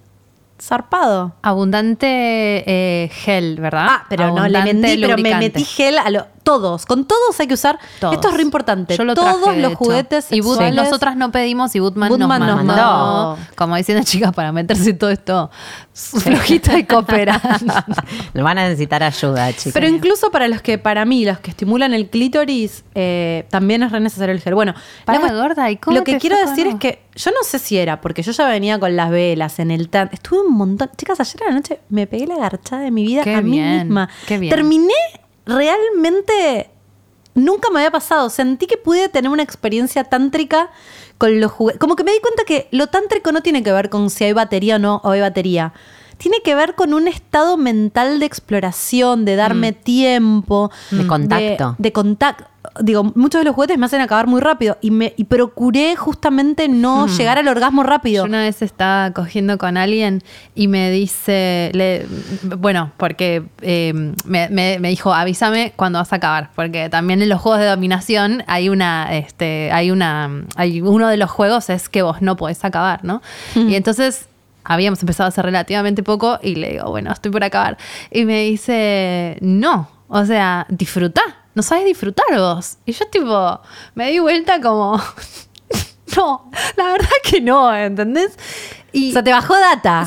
zarpado.
Abundante eh, gel, ¿verdad?
Ah, pero no
Abundante
le mentí, pero me
lubricante.
metí gel a lo- todos. Con todos hay que usar.
Todos.
Esto es re importante.
Yo lo
todos
traje, de
los
hecho.
juguetes
Y Bud-
sexuales.
nosotras no pedimos y Budman,
Budman
nos,
nos
mandó.
mandó.
Como diciendo, chicas, para meterse todo esto, flojita y
<laughs>
cooperar.
<laughs> Lo van a necesitar ayuda, chicos.
Pero incluso para los que, para mí, los que estimulan el clítoris, eh, también es re necesario el gel. Bueno,
Pará,
la cuest-
gorda, ¿y cómo
lo que
te
quiero
fue con
decir es
vos?
que yo no sé si era, porque yo ya venía con las velas en el tan. Estuve un montón. Chicas, ayer a la noche me pegué la garchada de mi vida
Qué
a mí
bien,
misma.
qué bien.
Terminé realmente. Nunca me había pasado. Sentí que pude tener una experiencia tántrica con los juguetes. Como que me di cuenta que lo tántrico no tiene que ver con si hay batería o no, o hay batería. Tiene que ver con un estado mental de exploración, de darme
Mm.
tiempo.
De contacto.
De, contacto. Digo, muchos de los juguetes me hacen acabar muy rápido y, me, y procuré justamente no llegar al orgasmo rápido.
Hmm. Yo una vez estaba cogiendo con alguien y me dice, le- bueno, porque eh, me, me- me dijo, avísame cuando vas a acabar, porque también en los juegos de dominación hay una, este, hay una, hay uno de los juegos es que vos no podés acabar, ¿no? Y entonces habíamos empezado hace relativamente poco y le digo, bueno, estoy por acabar. Y me dice, no, o sea, disfrutá, no sabes disfrutar vos. Y yo tipo, me di vuelta como... <laughs> No, la verdad que no, ¿entendés? Y
o sea, te bajó data.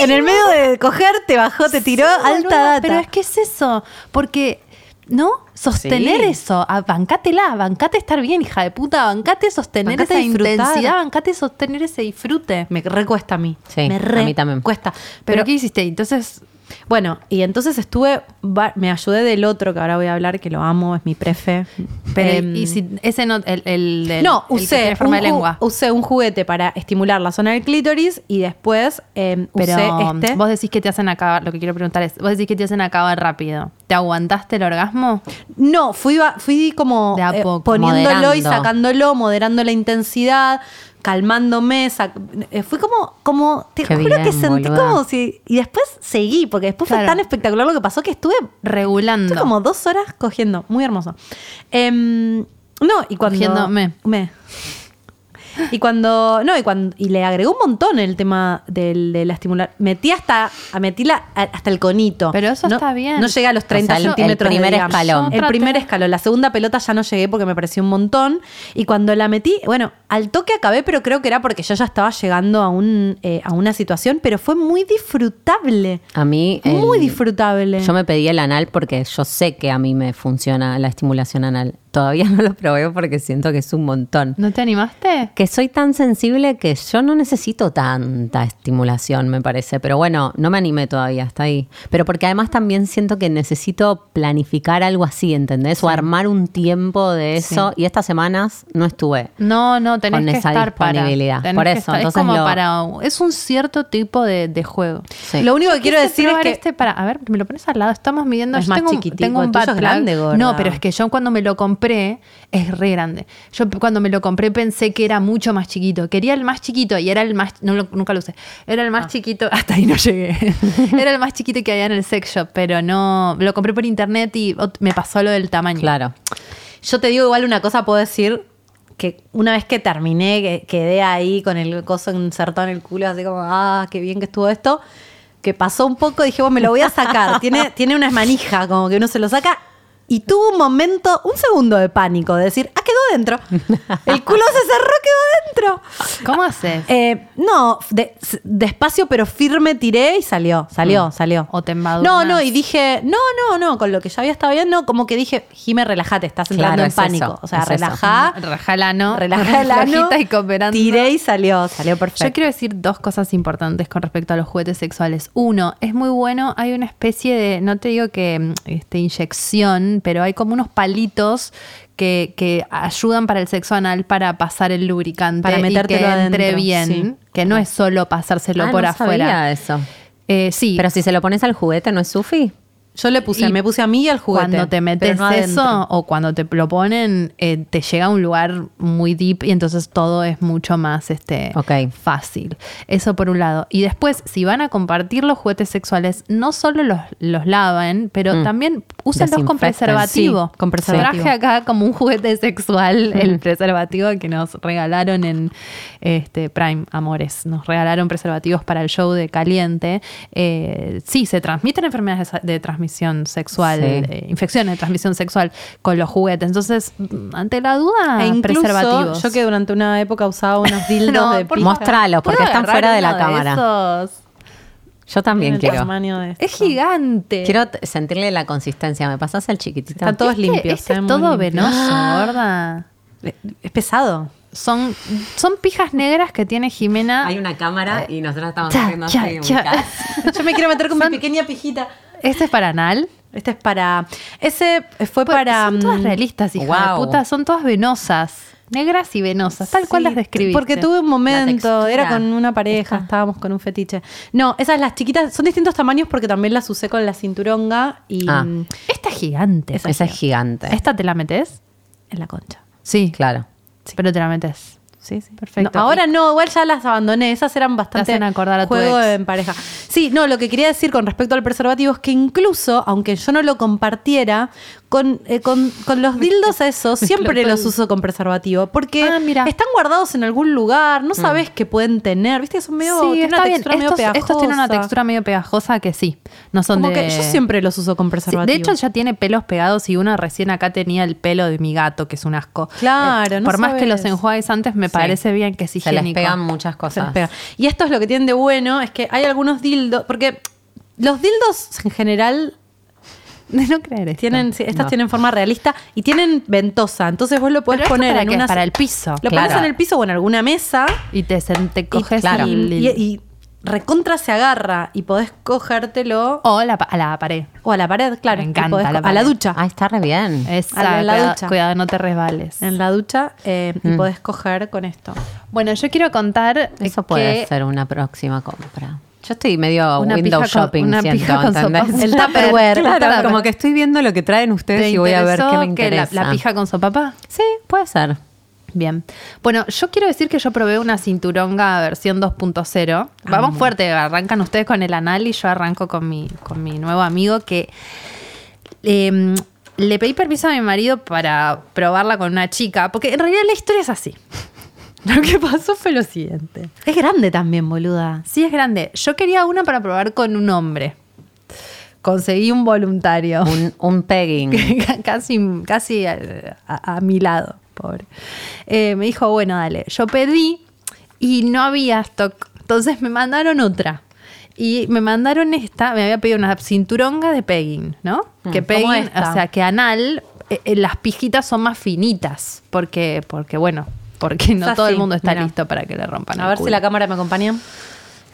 En el medio de coger, te bajó, te tiró
Sí,
alta
boluda,
data.
Pero es que es eso, porque, ¿no? Sostener
Sí.
eso, a- bancátela, bancate estar bien, hija de puta, bancate sostener
Bancate
esa
disfrutar.
intensidad, bancate sostener ese disfrute.
me recuesta a mí.
Sí,
me
a
re
mí también.
Cuesta.
Pero,
Pero,
¿qué hiciste? Entonces,
bueno, y entonces estuve, va- me ayudé del otro que ahora voy a hablar, que lo amo, es mi prefe.
pero
Em,
y si ese no, el, el, del-
no,
el que
usé,
tiene forma de
un ju-
lengua.
usé un juguete para estimular la zona del clítoris y después em,
Pero
usé este.
vos decís que te hacen acabar, lo que quiero preguntar es, vos decís que te hacen acabar rápido. ¿Te aguantaste el orgasmo?
No, fui, va- fui como eh,
De a poco,
poniéndolo y
moderando.
sacándolo, moderando la intensidad, calmándome. sac- eh, fui como, como te
Qué
juro que
bien,
sentí
boluda.
como si. Y después seguí, porque después
Claro.
fue tan espectacular lo que pasó que estuve
Regulando.
Estuve como dos horas cogiendo, muy hermoso. Em, no, y cuando.
Cogiendo me.
me. Y cuando. No, y cuando. Y le agregó un montón el tema del, de la estimular. Metí hasta. Metí la- hasta el conito.
Pero eso
No-
está bien.
No llegué a los 30
O sea, el- el
centímetros. de
primer
diámetro.
escalón.
El
Yo
primer
traté-
escalón. La segunda pelota ya no llegué porque me pareció un montón. Y cuando la metí, bueno, al toque acabé, pero creo que era porque yo ya estaba llegando a, un, eh, a una situación, pero fue muy disfrutable.
a mí. el-
Muy disfrutable.
Yo me pedí el anal porque yo sé que a mí me funciona la estimulación anal. Todavía <laughs> no lo probé porque siento que es un montón.
¿No te animaste?
Que soy tan sensible que yo no necesito tanta estimulación, me parece. Pero bueno, no me animé todavía, está ahí. Pero porque además también siento que necesito planificar algo así, ¿entendés? O armar un tiempo de eso. Y estas semanas no estuve.
No, no, tenés
con
que
esa
estar para.
disponibilidad.
tenés
Por
que
eso,
estar- es
entonces
como
lo-
para es un cierto tipo de, de juego.
Sí.
Lo único que quiero
Quise
decir es
probar
que
este para, a ver, me lo pones al lado, estamos midiendo,
Es
yo
más
tengo, un-
chiquitico,
tengo
el
un
tuyo
bad
es
plug.
grande, gorda.
No, pero es que yo cuando me lo compré es re grande. Yo p- cuando me lo compré pensé que era mucho más chiquito. Quería el más chiquito y era el más. No lo- nunca lo usé. Era el
Ah.
más chiquito. <laughs> Hasta ahí no
<laughs>
llegué. era el más chiquito que había en el sex shop, pero no. Lo compré por internet y ot- me pasó lo del tamaño.
Claro.
Yo te digo igual una cosa, puedo decir que una vez que terminé, que quedé ahí con el coso insertado en el culo, así como, ah, qué bien que estuvo esto, que pasó un poco, dije, bueno, me lo voy a
<laughs>
sacar. tiene, tiene una manija, como que uno se lo saca. Y tuvo un momento, un segundo de pánico, de decir, ah, quedó dentro. El culo se cerró, quedó dentro.
¿Cómo haces?
Eh, no, de- s- despacio pero firme tiré y salió, salió, salió.
O te embadurnás.
No, no, y dije, no, no, no, con lo que ya había estado bien, no, como que dije, Jime, relájate, estás entrando
Claro,
en
es
pánico.
eso,
o sea,
es eso.
relajá,
Rajá el ano,
relajá el ano,
flojita y cooperando.
Ah, Tiré y salió, salió perfecto.
Yo quiero decir dos cosas importantes con respecto a los juguetes sexuales. Uno, es muy bueno, hay una especie de, no te digo que mm, este, inyección, pero hay como unos palitos que, que ayudan para el sexo anal para pasar el lubricante
Para
y
metértelo
que entre
adentro,
bien,
sí.
que no es solo pasárselo
Ah,
por
no
afuera.
sabía eso.
Eh, sí,
Pero si se lo pones al juguete, ¿no es Sufi?
Yo le puse,
Y
me puse a mí y al juguete.
Cuando te metes
pero no adentro.
eso o cuando te lo ponen, eh, te llega a un lugar muy deep y entonces todo es mucho más este,
Ok.
fácil. Eso por un lado. Y después, si van a compartir los juguetes sexuales, no solo los, los lavan, pero también úsenlos con
Desinfectan.
preservativo.
Mm. Sí, con preservativo.
Traje acá como un juguete sexual el preservativo que nos regalaron en este Prime Amores. Nos regalaron preservativos para el show de Caliente. Eh, sí, se transmiten enfermedades de, de transmisión sexual,
Sí.
eh, infecciones de transmisión sexual con los juguetes. Entonces, mm, ante la duda,
E incluso
preservativos.
yo que durante una época usaba unos dildos
<laughs> No,
de
por
pija.
favor.
Mostralos, porque
¿Puedo
están
agarrar
fuera de la
uno
cámara.
esos?
Yo también
Tienen el
quiero.
tamaño de
Es
esto.
gigante.
Quiero t- sentirle la consistencia. ¿Me pasas el chiquitito?
Está todo- todos
Este-
limpios,
este
se ven
es
muy
todo
limpios.
venoso,
Ah.
gorda.
Es pesado.
Son, son pijas negras que tiene Jimena.
Hay una cámara y nosotros estamos
Cha,
haciendo
cha,
así.
cha.
ubicás.
Yo me quiero meter con mi pequeña pijita.
<laughs> Este es para anal.
Este es para. Ese fue para.
Son todas
mm,
realistas, hija
Guau.
de puta. Son todas venosas. Negras y venosas. Tal cual
sí,
las describiste.
Porque tuve un momento,
textura.
era con una pareja, estábamos con un fetiche. No, esas las chiquitas son distintos tamaños porque también las usé con la cinturonga y
Ah.
mm,
Esta es gigante.
Esa es gigante.
¿Esta te la metes?
en la concha.
Sí.
Claro.
Pero te la metes.
Sí, sí.
Perfecto.
No, ahora no, igual ya las abandoné. Esas eran bastante
hacen acordar a tu
juego
ex.
en pareja. Sí, no, lo que quería decir con respecto al preservativo es que incluso, aunque yo no lo compartiera, con, eh, con, con
<laughs>
los dildos esos siempre los uso con preservativo. Porque
Ah, mira. Mm.
están guardados en algún lugar, no sabes qué pueden tener. Viste, son medio,
sí,
tienen
está
una
bien.
textura medio
Estos,
pegajosa.
estos tienen una textura medio pegajosa que sí. No son
Como
de...
que yo siempre los uso con
Sí,
preservativo.
de hecho, ya tiene pelos pegados y una recién acá tenía el pelo de mi gato, que es un asco. Eh,
Claro, no
Por más que
sabes.
los enjuagues antes, me
Sí.
parece bien que es
Se les
higiénico.
pegan muchas
Se les
cosas.
pega. Y esto es lo que tienen de bueno, es que hay algunos dildos, porque los dildos en general
De <laughs> no creer esto.
Tienen, sí, estas
No.
tienen forma realista y tienen ventosa. Entonces vos lo podés
Pero esto
poner
para
en
qué es,
una.
para el piso.
Lo
Claro.
pones en el piso o en alguna mesa.
Y te, sen- te coges
y, y-
el-
y, y recontra se agarra y podés cogértelo
o la pa- a la pared.
o a la pared, claro.
Me
y
encanta
podés
la
co- a la
pared.
ducha.
Ah, está re bien.
Exacto.
en la
cuidado,
ducha.
cuidado, no te resbales.
En la ducha eh,
Mm.
y podés coger con esto.
Bueno, yo quiero contar
Eso
que
puede ser una próxima compra. Yo estoy medio
Una
window
pija con-
shopping,
una
siento,
pija con
¿entendés?
sopas.
El Tupperware.
<laughs> Claro,
Tupperware.
como que estoy viendo lo que traen ustedes
te
y voy a ver qué me
interesó que la-
interesa.
la, pija con sopapá.
Sí, puede ser.
Bien. Bueno, yo quiero decir que yo probé una cinturonga versión 2.0. Vamos fuerte, arrancan ustedes con el anal y yo arranco con mi, con mi nuevo amigo que eh, le pedí permiso a mi marido para probarla con una chica, porque en realidad la historia es así. <laughs> Lo que pasó fue lo siguiente.
Es grande también, boluda.
Sí, es grande. Yo quería una para probar con un hombre. Conseguí un voluntario. <laughs>
Un, un <laughs> pegging.
Ca- casi casi al- a, a mi lado, pobre. Eh, me dijo, bueno, dale. Yo pedí y no había stock. Entonces me mandaron otra. Y me mandaron esta, me había pedido una cinturonga de pegging, ¿no? que
Mm, como
pegging,
esta.
o sea, que anal, eh, eh, las pijitas son más finitas. Porque, porque bueno, porque no
Es
todo el
así,
mundo está
mira.
listo para que le rompan
A
el
ver si
culo.
la cámara me acompaña.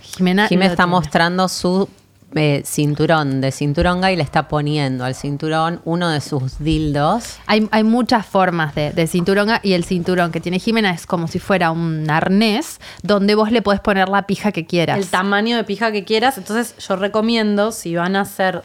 Jimena
Jimé
Ah, lo
está
tiene.
mostrando su eh, cinturón de cinturonga y le está poniendo al cinturón uno de sus dildos.
Hay, hay muchas formas de, de cinturonga y el cinturón que tiene Jimena es como si fuera un arnés donde vos le podés poner la pija que quieras.
El tamaño de pija que quieras. Entonces yo recomiendo, si van a hacer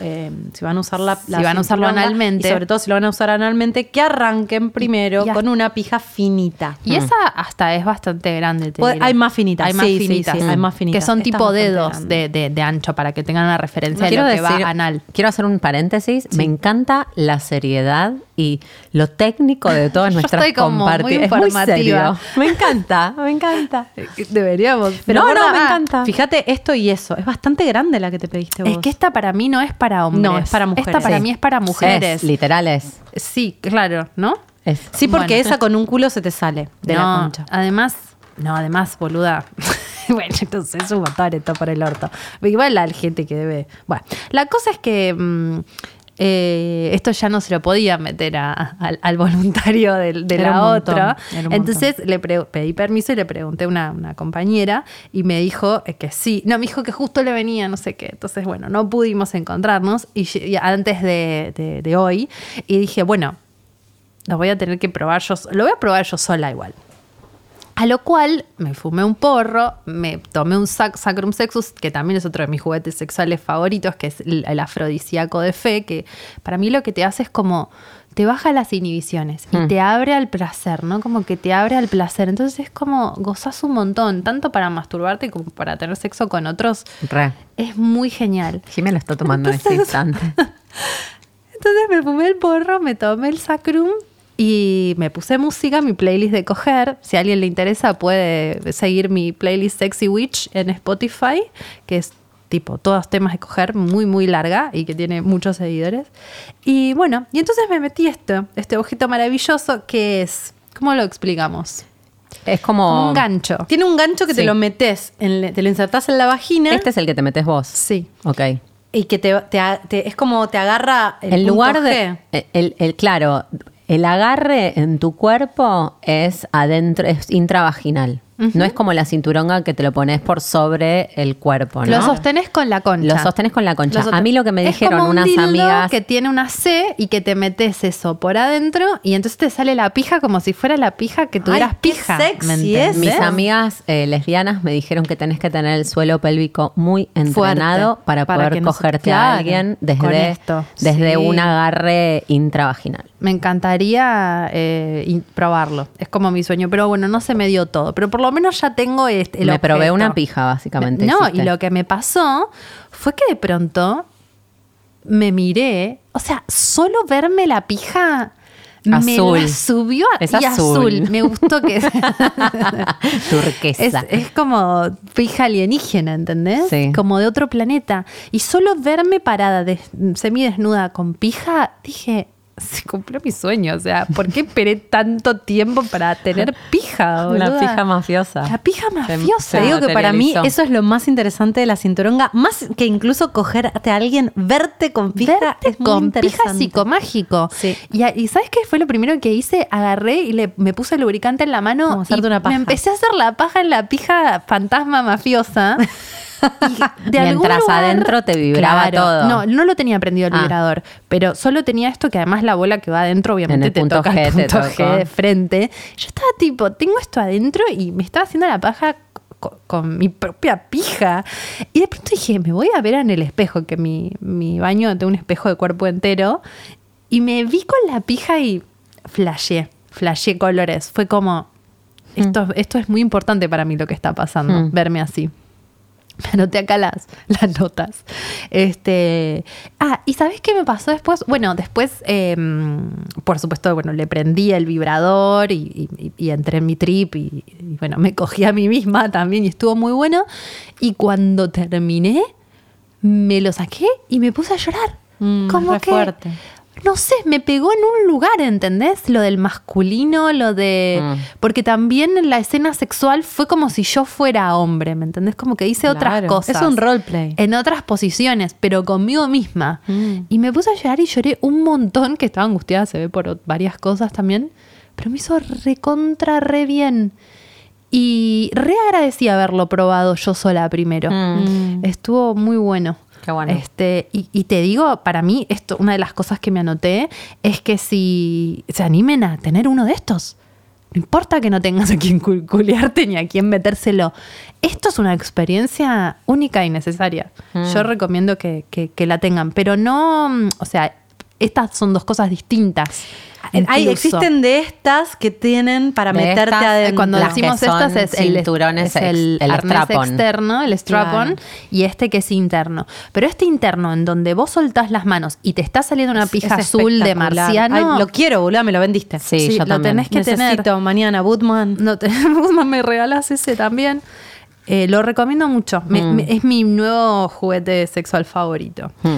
eh, si van a usar la, la
Si van a usarlo
cinturonga,
analmente.
y sobre todo si lo van a usar analmente, que arranquen primero
Y- y
con una pija finita.
Mm.
Y esa hasta es bastante grande. te
Puede-
diré.
hay más finitas,
Hay más
sí, sí,
finitas.
sí, hay más finitas.
Que son
Esta es
tipo
bastante
dedos de, de- de ancho para que tengan una referencia de
Quiero
lo que
decir-
va anal.
Quiero hacer un paréntesis. Me encanta la seriedad y lo técnico de todas
<laughs> Yo
nuestras
estoy como muy
comparti- es
informativa.
serio. Me encanta, me encanta.
Deberíamos.
pero
Pero
bueno,
gorda,
me
ah,
encanta.
Fíjate esto y eso. Es bastante grande la que te pediste vos.
Es que esta para mí no es para hombres.
No, es para mujeres.
Esta <laughs> para
Sí.
mí es para
Es,
mujeres.
literal es.
Sí, claro, ¿no?
Es.
sí, porque
Bueno.
esa con un culo se te sale de
no,
la concha.
Además, no, además, boluda. <laughs> bueno, entonces es un montón esto por el orto. Igual la gente que debe. Bueno, la cosa es que. mm, eh, esto ya no se lo podía meter a- al, al voluntario del- de,
Era
la
un montón,
otra.
era un
Entonces le pre- pedí permiso y le pregunté a una, una compañera y me dijo eh, que sí. No, me dijo que justo le venía, no sé qué. Entonces, bueno, no pudimos encontrarnos y, lle- y antes de- de- de hoy. Y dije, bueno, lo voy a tener que probar yo. Lo voy a probar yo sola igual. A lo cual me fumé un porro, me tomé un sac Sacrum Sexus, que también es otro de mis juguetes sexuales favoritos, que es el, el afrodisíaco de fe, que para mí lo que te hace es como te baja las inhibiciones y te abre al placer, ¿no? Como que te abre al placer. Entonces es como gozas un montón, tanto para masturbarte como para tener sexo con otros.
Re.
Es muy genial.
Jimé lo está tomando en este instante.
Entonces me fumé el porro, me tomé el sacrum y me puse música, mi playlist de coger. Si a alguien le interesa, puede seguir mi playlist Sexy Witch en Spotify, que es tipo todos temas de coger, muy, muy larga y que tiene muchos seguidores. Y bueno, y entonces me metí esto, este objeto maravilloso que es. ¿Cómo lo explicamos?
Es
<laughs>
como.
Un gancho.
Oh. Tiene un gancho que te
Sí.
lo metes, en la- te lo insertás en la vagina
Este es el que te metes vos.
Sí.
Ok.
y que te, te a- te- es como te agarra el,
El
punto
lugar
G.
de. El, el- claro, el agarre en tu cuerpo es adentro, es intravaginal. No es como la cinturonga que te lo pones por sobre el cuerpo, ¿no?
Lo sostenés con la concha.
Lo sostenés con la concha.
Lo soste-
A mí lo que me
Es
dijeron
como un
unas
dildo
amigas.
que tiene una C y que te metes eso por adentro y entonces te sale la pija como si fuera la pija que tuvieras
qué
pija.
sexy
¿me
es,
entendés?
¿eh?
Mis amigas eh, lesbianas me dijeron que tenés que tener el suelo pélvico muy entrenado
Fuerte,
para,
para que
poder
no se-
cogerte a
claro,
alguien
con
desde,
esto,
desde
sí.
un agarre intravaginal.
Me encantaría eh, in- probarlo. Es como mi sueño. Pero bueno, no se me dio todo. Pero por lo menos ya tengo este, el
me probé
objeto.
una pija, básicamente.
No,
hiciste.
y lo que me pasó fue que de pronto me miré, o sea, solo verme la pija me la
Azul.
subió a,
Es
y
azul.
Me
<laughs>
gustó que es,
<laughs> Turquesa.
<laughs> es como pija alienígena, ¿entendés?
Sí.
Como de otro planeta. Y solo verme parada, des- semidesnuda con pija, dije, se cumplió mi sueño. O sea, ¿por qué esperé tanto tiempo para
<laughs>
tener pija?
La
boluda?
pija mafiosa.
La pija mafiosa.
Te digo que para mí
materializó.
eso es lo más interesante de la cinturonga, más que incluso cogerte a alguien, verte con pija,
Verte
es muy
con pija
interesante.
psicomágico.
Sí.
Y, a- y ¿sabes qué fue lo primero que hice? Agarré y le, me puse lubricante en la mano.
Como hacerte
y
una paja.
Me empecé a hacer la paja en la pija fantasma mafiosa.
<laughs>
Y de algún
Mientras
lugar-
adentro te vibraba todo.
No, no lo tenía prendido el
Ah.
vibrador, pero solo tenía esto que además la bola que va adentro
En
obviamente
el
te
punto
toca el
G te
punto
tocó.
G de frente. Yo estaba tipo, tengo esto adentro y me estaba haciendo la paja co- con, mi propia pija. Y de pronto dije, me voy a ver en el espejo, que mi, mi baño tengo un espejo de cuerpo entero. Y me vi con la pija y flashé, flashé colores. Fue como, esto, esto es muy importante para mí lo que está pasando,
Mm.
verme así. Me anoté acá las, las notas. Este, ah, ¿y sabes qué me pasó después? Bueno, después, eh, por supuesto, bueno, le prendí el vibrador y, y- y entré en mi trip y, y, bueno, me cogí a mí misma también y estuvo muy bueno. Y cuando terminé, me lo saqué y me puse a llorar.
Mm,
Como
re
que,
fuerte.
no sé, me pegó en un lugar, ¿entendés? Lo del masculino, lo de...
Mm.
Porque también en la escena sexual fue como si yo fuera hombre, ¿me entendés? Como que hice otras
Claro,
cosas.
es un roleplay.
En otras posiciones, pero conmigo misma.
Mm.
Y me puse a llorar y lloré un montón, que estaba angustiada, se ve por varias cosas también. Pero me hizo recontra re bien. Y re agradecía haberlo probado yo sola primero.
Mm.
Estuvo muy bueno.
Qué bueno.
Este, y, y te digo, para mí, esto, una de las cosas que me anoté es que si se animen a tener uno de estos. No importa que no tengas a quien cul- culearte ni a quien metérselo. Esto es una experiencia única y necesaria. Yo recomiendo que, que- que la tengan, pero no, mm, o sea, estas son dos cosas distintas.
Hay,
incluso.
existen de estas que tienen para
De
meterte
estas, eh,
adentro.
Cuando
Las que
decimos
son
estas es el
cinturones
es el,
ex- el
arnés
strap-on.
externo, el strap-on,
Claro.
y este que es interno. Pero este interno, en donde vos soltás las manos y te está saliendo una
Es
pija azul de
espectacular.
marciano,
Ay, lo quiero, boludo, me lo vendiste.
Sí, yo
lo
también.
tenés que
Necesito
tener.
mañana Woodman.
<laughs> No tenemos, me regalas ese también. Eh, lo recomiendo mucho. Me- me- es mi nuevo juguete sexual favorito.
Mm.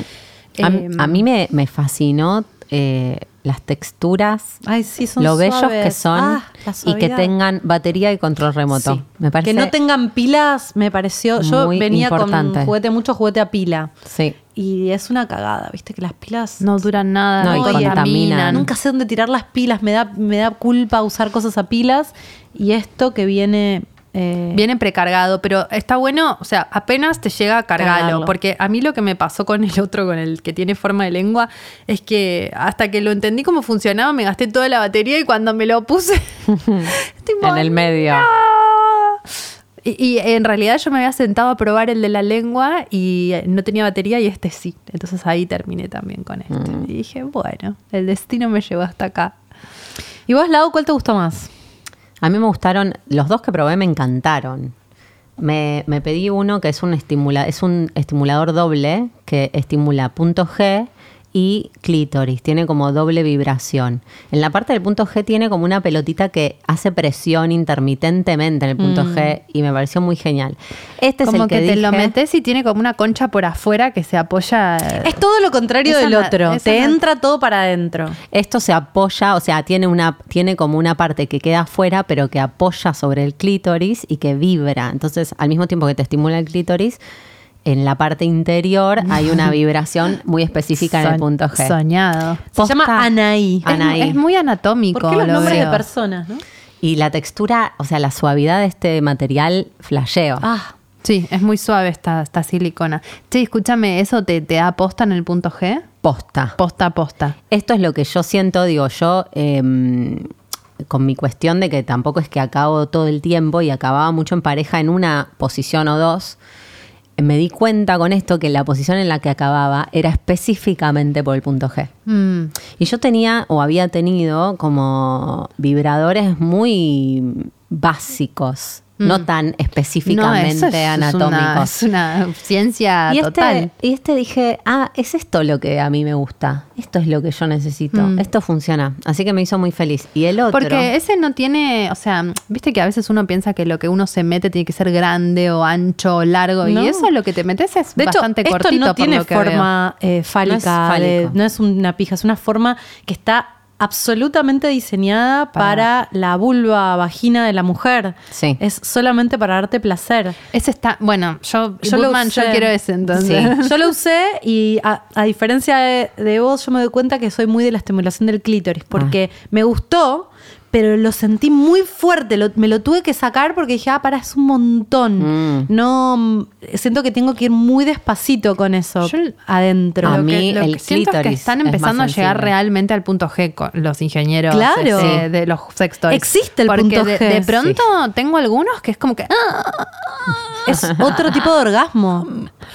A,
Eh,
Em,
a mí me, me fascinó eh, las texturas,
Ay, sí, son
lo bellos
suaves.
que son
Ah, la
y que
suavidad.
tengan batería y control remoto.
Sí.
Me parece
que no tengan pilas, me pareció. Yo
muy
venía
importante.
con juguete, mucho juguete a pila.
Sí.
Y es una cagada, viste, que las pilas.
No duran nada,
No, y
Oye,
contaminan.
Nunca sé dónde tirar las pilas. Me da, me da culpa usar cosas a pilas. Y esto que viene. eh,
Viene precargado, pero está bueno, o sea, apenas te llega a cargarlo,
Cargarlo.
Porque a mí lo que me pasó con el otro, con el que tiene forma de lengua, es que hasta que lo entendí cómo funcionaba, me gasté toda la batería y cuando me lo
<laughs>
puse. <laughs> tipo,
En el medio.
"No". Y, y en realidad yo me había sentado a probar el de la lengua y eh, no tenía batería y este sí. Entonces ahí terminé también con este.
Mm.
Y dije, bueno, el destino me llevó hasta acá.
¿Y vos, Lau, cuál te gustó más?
A mí me gustaron, los dos que probé me encantaron. Me, me pedí uno que es un, estimula, es un estimulador doble que estimula punto G y clítoris, tiene como doble vibración. En la parte del punto G tiene como una pelotita que hace presión intermitentemente en el punto G y me pareció muy genial. Este es
Mm. como
el
que,
que,
te lo
dije-
metes y tiene como una concha por afuera que se apoya.
Es todo lo contrario
Esa
del
na-
otro.
esa
Te
na-
entra todo para adentro.
Esto se apoya, o sea, tiene, una, tiene como una parte que queda afuera, pero que apoya sobre el clítoris y que vibra. Entonces, al mismo tiempo que te estimula el clítoris, en la parte interior hay una vibración muy específica en el
Son-
punto G.
Soñado.
Se
Posta.
llama Anaí.
Ah, Anaí.
Es, es muy anatómico.
¿Por qué los
lo
nombres
veo.
de personas, no?
Y la textura, o sea, la suavidad de este material, flasheo.
Ah,
Sí, es muy suave esta, esta silicona. Che, escúchame, ¿eso te, te da posta en el punto G?
Posta.
Posta a posta.
Esto es lo que yo siento, digo yo, em, con mi cuestión de que tampoco es que acabo todo el tiempo y acababa mucho en pareja en una posición o dos. Me di cuenta con esto que la posición en la que acababa era específicamente por el punto G.
Mm.
Y yo tenía o había tenido como vibradores muy básicos, no tan específicamente
eso Mm. es- es
anatómicos.
una, es una ciencia
Ah,
Y este,
total.
y este dije, ah, es esto lo que a mí me gusta, esto es lo que yo necesito,
Mm.
esto funciona. Así que me hizo muy feliz. Y el otro,
Porque ese no tiene, o sea, viste que a veces uno piensa que lo que uno se mete tiene que ser grande o ancho o largo.
No.
Y eso lo que te metes es
de hecho,
bastante
esto
cortito
no tiene
por lo que
forma eh, fálica,
No es
de- no
fálico.
es, una pija, es una forma que está absolutamente diseñada para, la vulva, vagina de la mujer.
Sí.
Es solamente para darte placer.
veo. Ese está, bueno, yo,
Y
yo, lo
Goodman,
yo quiero ese entonces. <laughs>
Sí. Yo lo usé y a, a diferencia de, de vos, yo me doy cuenta que soy muy de la estimulación del clítoris porque
Ah.
me gustó, pero lo sentí muy fuerte. lo- me lo tuve que sacar porque dije, ah, para, es un montón.
Mm.
No, mm, siento que tengo que ir muy despacito con eso
Yo-
adentro.
A
Lo que-
mí
lo
el
que siento es que
clítoris
están
es más
empezando a llegar
sensible.
realmente al punto G con los ingenieros
Claro.
este, de los sextores.
Existe el
Porque
punto
de,
G.
De pronto tengo algunos que es como que "Ah",
Es otro tipo de
<laughs>
orgasmo.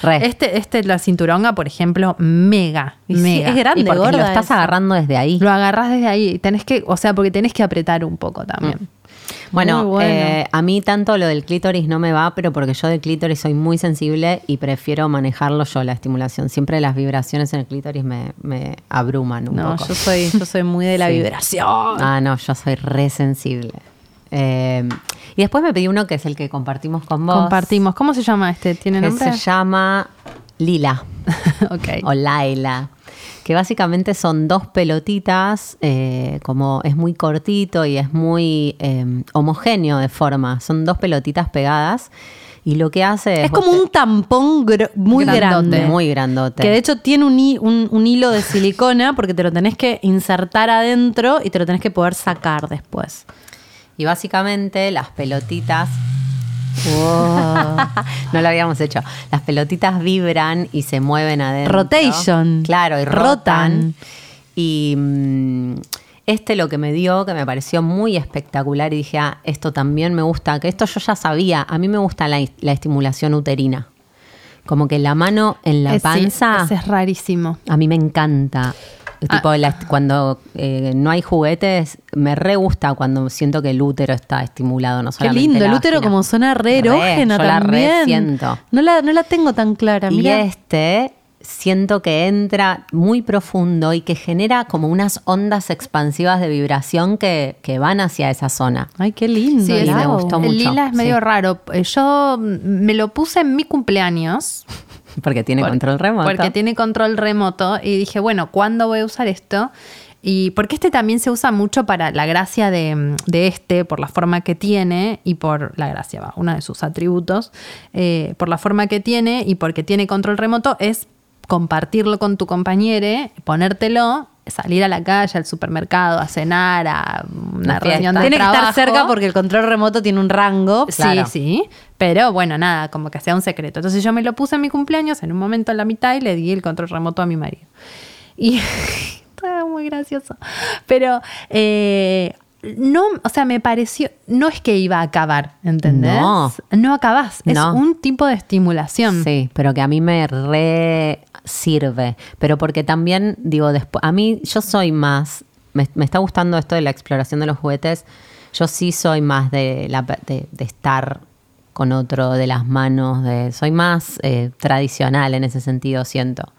re.
este este la cinturonga, por ejemplo, mega,
Y sí,
mega.
es grande,
y porque
gorda
lo estás
esa.
agarrando desde ahí.
Lo agarras desde ahí, tenés que, o sea, porque tenés que apretar un poco también.
Mm. Bueno,
Muy bueno.
eh, a mí tanto lo del clítoris no me va, pero porque yo del clítoris soy muy sensible y prefiero manejarlo yo, la estimulación. Siempre las vibraciones en el clítoris me, me abruman un
No,
poco.
yo soy, yo soy muy de la vibración.
Ah, no, yo soy re sensible. Eh, y después me pedí uno que es el que compartimos con vos.
Compartimos. ¿Cómo se llama este? ¿Tiene
que
nombre?
se llama Lila
<laughs> ok.
o Laila, que básicamente son dos pelotitas, eh, como es muy cortito y es muy eh, homogéneo de forma, son dos pelotitas pegadas y lo que hace es...
Es como un tampón gro- muy
Grandote.
grande.
Muy grandote.
Que de hecho tiene un, hi- un- un hilo de silicona porque te lo tenés que insertar adentro y te lo tenés que poder sacar después.
Y básicamente las pelotitas. <laughs> no lo habíamos hecho. Las pelotitas vibran y se mueven adentro.
Rotation.
Claro, y
Rotan.
rotan. Y mm, Este lo que me dio, que me pareció muy espectacular y dije, ah, esto también me gusta, que esto yo ya sabía, a mí me gusta la, la estimulación uterina. Como que la mano en la
Eh, sí,
panza,
ese es rarísimo.
a mí me encanta.
Ah.
Tipo, la- cuando eh, no hay juguetes, me re gusta cuando siento que el útero está estimulado. No
Qué
solamente
lindo,
la
el útero
vagina.
como zona re
Re,
erógena
yo la re
también.
siento.
No la, no la tengo tan clara,
Y
mira.
este siento que entra muy profundo y que genera como unas ondas expansivas de vibración que, que van hacia esa zona.
Ay, qué lindo.
Sí, y me
Lau.
gustó mucho.
El lila es medio
sí.
raro. Eh, Yo mm, me lo puse en mi cumpleaños.
Porque tiene
Por-
control remoto.
Porque tiene control remoto. Y dije, bueno, ¿cuándo voy a usar esto? Y porque este también se usa mucho para la gracia de, mm, de este, por la forma que tiene y por la gracia, va, uno de sus atributos, eh, por la forma que tiene y porque tiene control remoto, es compartirlo con tu compañero, ponértelo, salir a la calle, al supermercado, a cenar, a una
Una fiesta.
reunión de
Tiene que estar
trabajo.
cerca porque el control remoto tiene un rango.
Claro.
Sí, sí. Pero bueno, nada, como que sea un secreto. Entonces yo me lo puse en mi cumpleaños, en un momento en la mitad, y le di el control remoto a mi marido. Y <laughs> estaba muy gracioso. Pero eh, no, o sea, me pareció, no es que iba a acabar, ¿entendés?
No.
No acabás. Es
No.
un tipo de estimulación.
Sí, pero que a mí me re sirve. Pero porque también, digo, después, a mí yo soy más, me, me está gustando esto de la exploración de los juguetes, yo sí soy más de, la, pe- de, de estar con otro, de las manos, de, soy más eh, tradicional en ese sentido, siento.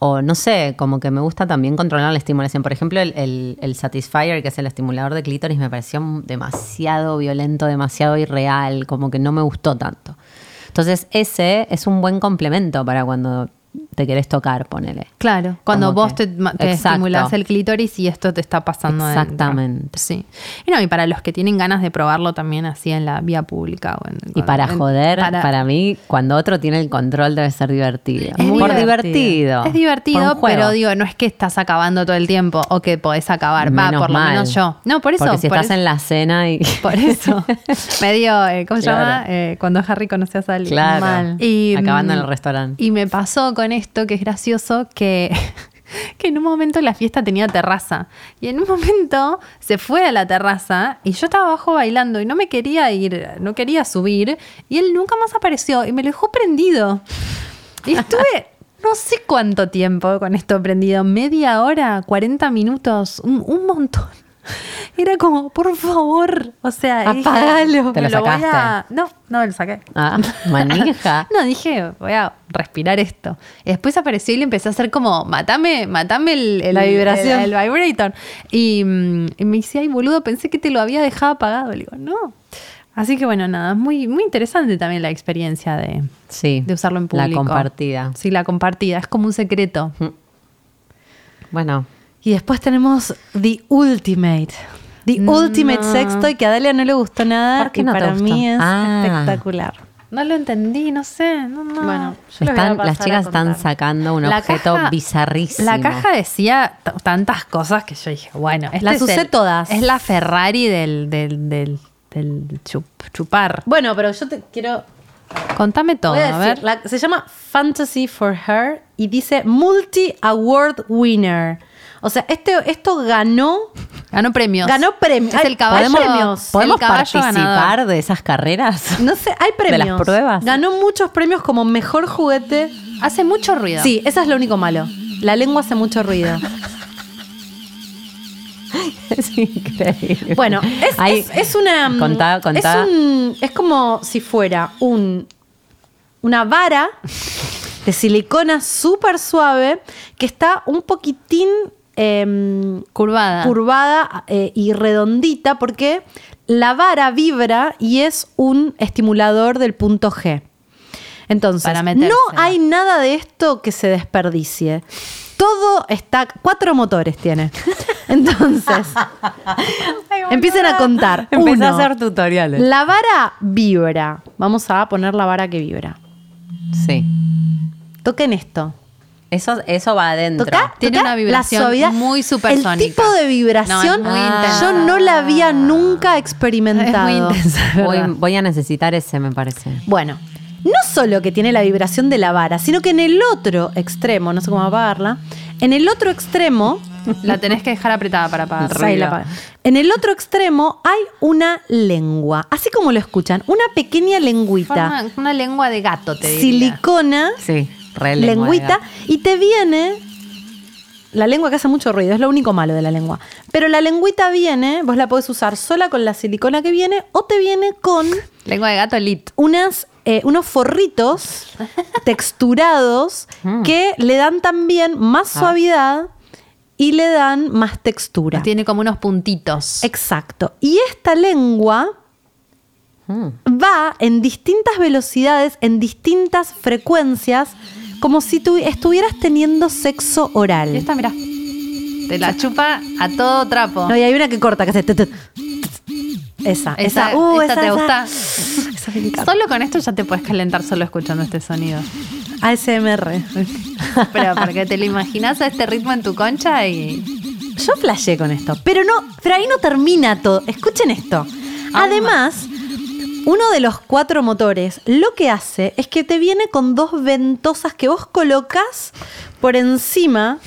O no sé, como que me gusta también controlar la estimulación. Por ejemplo, el, el- el Satisfyer, que es el estimulador de clítoris, me pareció demasiado violento, demasiado irreal, como que no me gustó tanto. Entonces, ese es un buen complemento para cuando te querés tocar, ponele.
Claro, cuando
Como
vos
que-
te, ma- te
Exacto.
estimulás el clítoris y esto te está pasando adentro.
Exactamente.
Sí. Y no, y para los que tienen ganas de probarlo también así en la vía pública. o en-
Y para
en-
joder, para,
para-
mí, cuando otro tiene el control debe ser divertido.
Es
Por
divertido.
divertido.
Es
Por
divertido,
un juego.
pero digo, no es que estás acabando todo el tiempo o que podés acabar. Va,
Menos
por lo
mal.
menos yo. No, por eso.
Porque si
por
estás
eso,
en la cena y...
<laughs>
<laughs>
por eso. Medio, eh, ¿cómo se
Claro.
llama? Eh, cuando Harry conoció a Sally.
Claro.
Mal.
Y,
Acabando en el
mm,
restaurante.
Y me pasó con esto, que es gracioso, que, <laughs> que en un momento la fiesta tenía terraza. Y en un momento se fue a la terraza y yo estaba abajo bailando y no me quería ir, no quería subir. Y él nunca más apareció y me lo dejó prendido. Y
<laughs>
estuve no sé cuánto tiempo con esto prendido, media hora, 40 minutos, un, un montón. <laughs> Era como, por favor, o sea, dije,
Apagalo.
Te
me
lo
voy a-
sacaste.
No, no me lo saqué.
Ah, <laughs> manija.
<laughs> No, dije, voy a respirar esto. Y después apareció y le empecé a hacer como, matame, matame el, el-
La vibración.
El, el vibrator. Y, mm, y me dice, ay, boludo, pensé que te lo había dejado apagado. Le digo, no. Así que bueno, nada, es muy, muy interesante también la experiencia de,
Sí.
de usarlo en público.
La compartida.
Sí, la compartida. Es como un secreto.
Bueno,
Y después tenemos The Ultimate. The Ultimate Sexto y que a Dalia no le gustó nada.
Mm. ¿Por qué
y
no te
para
gustó?
mí es
Ah.
espectacular.
No lo entendí, no sé. No, no.
Bueno, yo les voy a
están-
pasar
las
a
chicas están
contar.
sacando un
La
objeto
caja-
bizarrísimo.
La caja decía t- tantas cosas que yo dije, bueno, este
Las
es
usé
el-
todas.
Es la Ferrari del, del, del, del chup- chupar.
Bueno, pero yo te quiero
Contame todo,
Voy a
a, ver.
decir, la- se llama Fantasy for Her y dice Multi Award Winner. O sea, este, esto ganó,
Ganó premios.
ganó premios.
Es el caballo.
Hay premios.
Pod-
¿Podemos
el caballo
participar
ganador.
de esas carreras? <laughs>
No sé, hay premios.
las pruebas.
Ganó muchos premios como mejor juguete.
Hace mucho ruido.
Sí, eso es lo único malo. La lengua hace mucho ruido.
<laughs> es increíble.
Bueno, es,
Hay-
es- es una. mm,
Contá, contá.
Es, un- es como si fuera un, una vara de silicona súper suave que está un poquitín. em,
Curvada.
curvada eh, y redondita porque la vara vibra y es un estimulador del punto G. Entonces,
Para metérsela.
no hay nada de esto que se desperdicie. Todo está. Cuatro motores tiene. Entonces, empiecen a contar.
Empecé a
Uno,
hacer tutoriales.
La vara vibra. Vamos a poner la vara que vibra.
Sí.
Toquen esto.
Eso, eso va adentro.
Toca,
Tiene
toca
una
la
vibración
suavidad.
muy supersónica.
El tipo de vibración
No, es muy
yo
intensa.
no la había nunca
Es muy
experimentado.
intensa. es
Voy,
verdad.
voy a necesitar ese, me parece.
Bueno, no solo que tiene la vibración de la vara, sino que en el otro extremo, no sé cómo apagarla, en el otro extremo
La tenés que dejar apretada para pagar.
Ahí la apaga. En el otro extremo hay una lengua, así como lo escuchan, una pequeña lengüita,
Forma- una lengua de gato, te diría.
silicona,
Sí, re lengua de
lengüita,
gato.
y te viene la lengua que hace mucho ruido, es lo único malo de la lengua. Pero la lengüita viene, vos la podés usar sola con la silicona que viene o te viene con
Lengua de gato lit.
unas, eh, unos forritos texturados que le dan también más suavidad y le dan más textura.
Tiene como unos puntitos.
Exacto. Y esta lengua
Mm.
va en distintas velocidades, en distintas frecuencias, como si tu- estuvieras teniendo sexo
Y
oral.
esta, mirá. Te la chupa a todo trapo.
No, y hay una que corta, que hace... tut, tut, tut. Esa,
Esa-
esa, uh,
esta
esa,
te
esa.
gusta.
<laughs> Esa me encanta.
Solo con esto ya te puedes calentar solo escuchando este sonido.
ASMR. <laughs>
Pero porque te lo imaginas a este ritmo en tu concha y.
Yo flashé con esto, pero no, pero ahí no termina todo. Escuchen esto. Además, uno de los cuatro motores lo que hace es que te viene con dos ventosas que vos colocas por encima.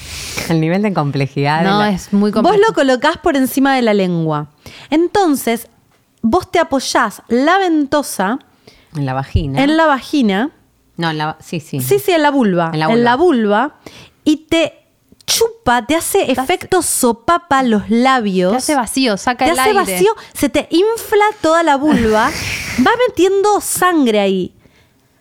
El nivel de complejidad. de
No,
la-
es muy
Vos
complejo.
lo colocás por encima de la lengua. Entonces, vos te apoyás la ventosa
En la vagina.
en la vagina.
No, en la... sí, sí.
Sí, sí, en la vulva.
En la
vulva, y te chupa, te hace efecto sopapa los labios.
Te hace vacío, saca
te
el
hace
aire.
vacío, se te infla toda la vulva, va metiendo sangre ahí.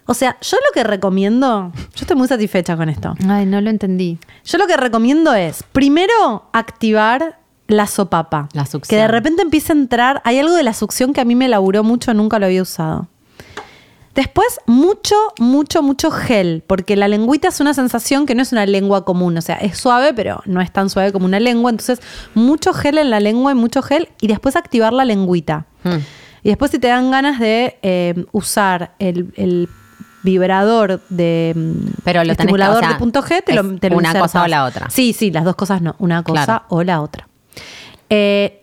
O sea, yo lo que recomiendo, yo estoy muy satisfecha con esto.
Ay, no lo entendí.
Yo lo que recomiendo es, primero, activar la sopapa.
La succión.
Que de repente empiece a entrar, hay algo de la succión que a mí me laburó mucho, nunca lo había usado. Después, mucho, mucho, mucho gel, porque la lengüita es una sensación que no es una lengua común, o sea, es suave, pero no es tan suave como una lengua, entonces mucho gel en la lengua y mucho gel, y después activar la lengüita.
Mm.
Y después si te dan ganas de eh, usar el, el vibrador de mm,
Pero lo tenés que-
estimulador
o sea,
de punto G, te lo,
es
te lo
una cosa
insertas.
o la otra.
Sí, sí, las dos cosas no, una cosa
Claro.
o la otra. Eh,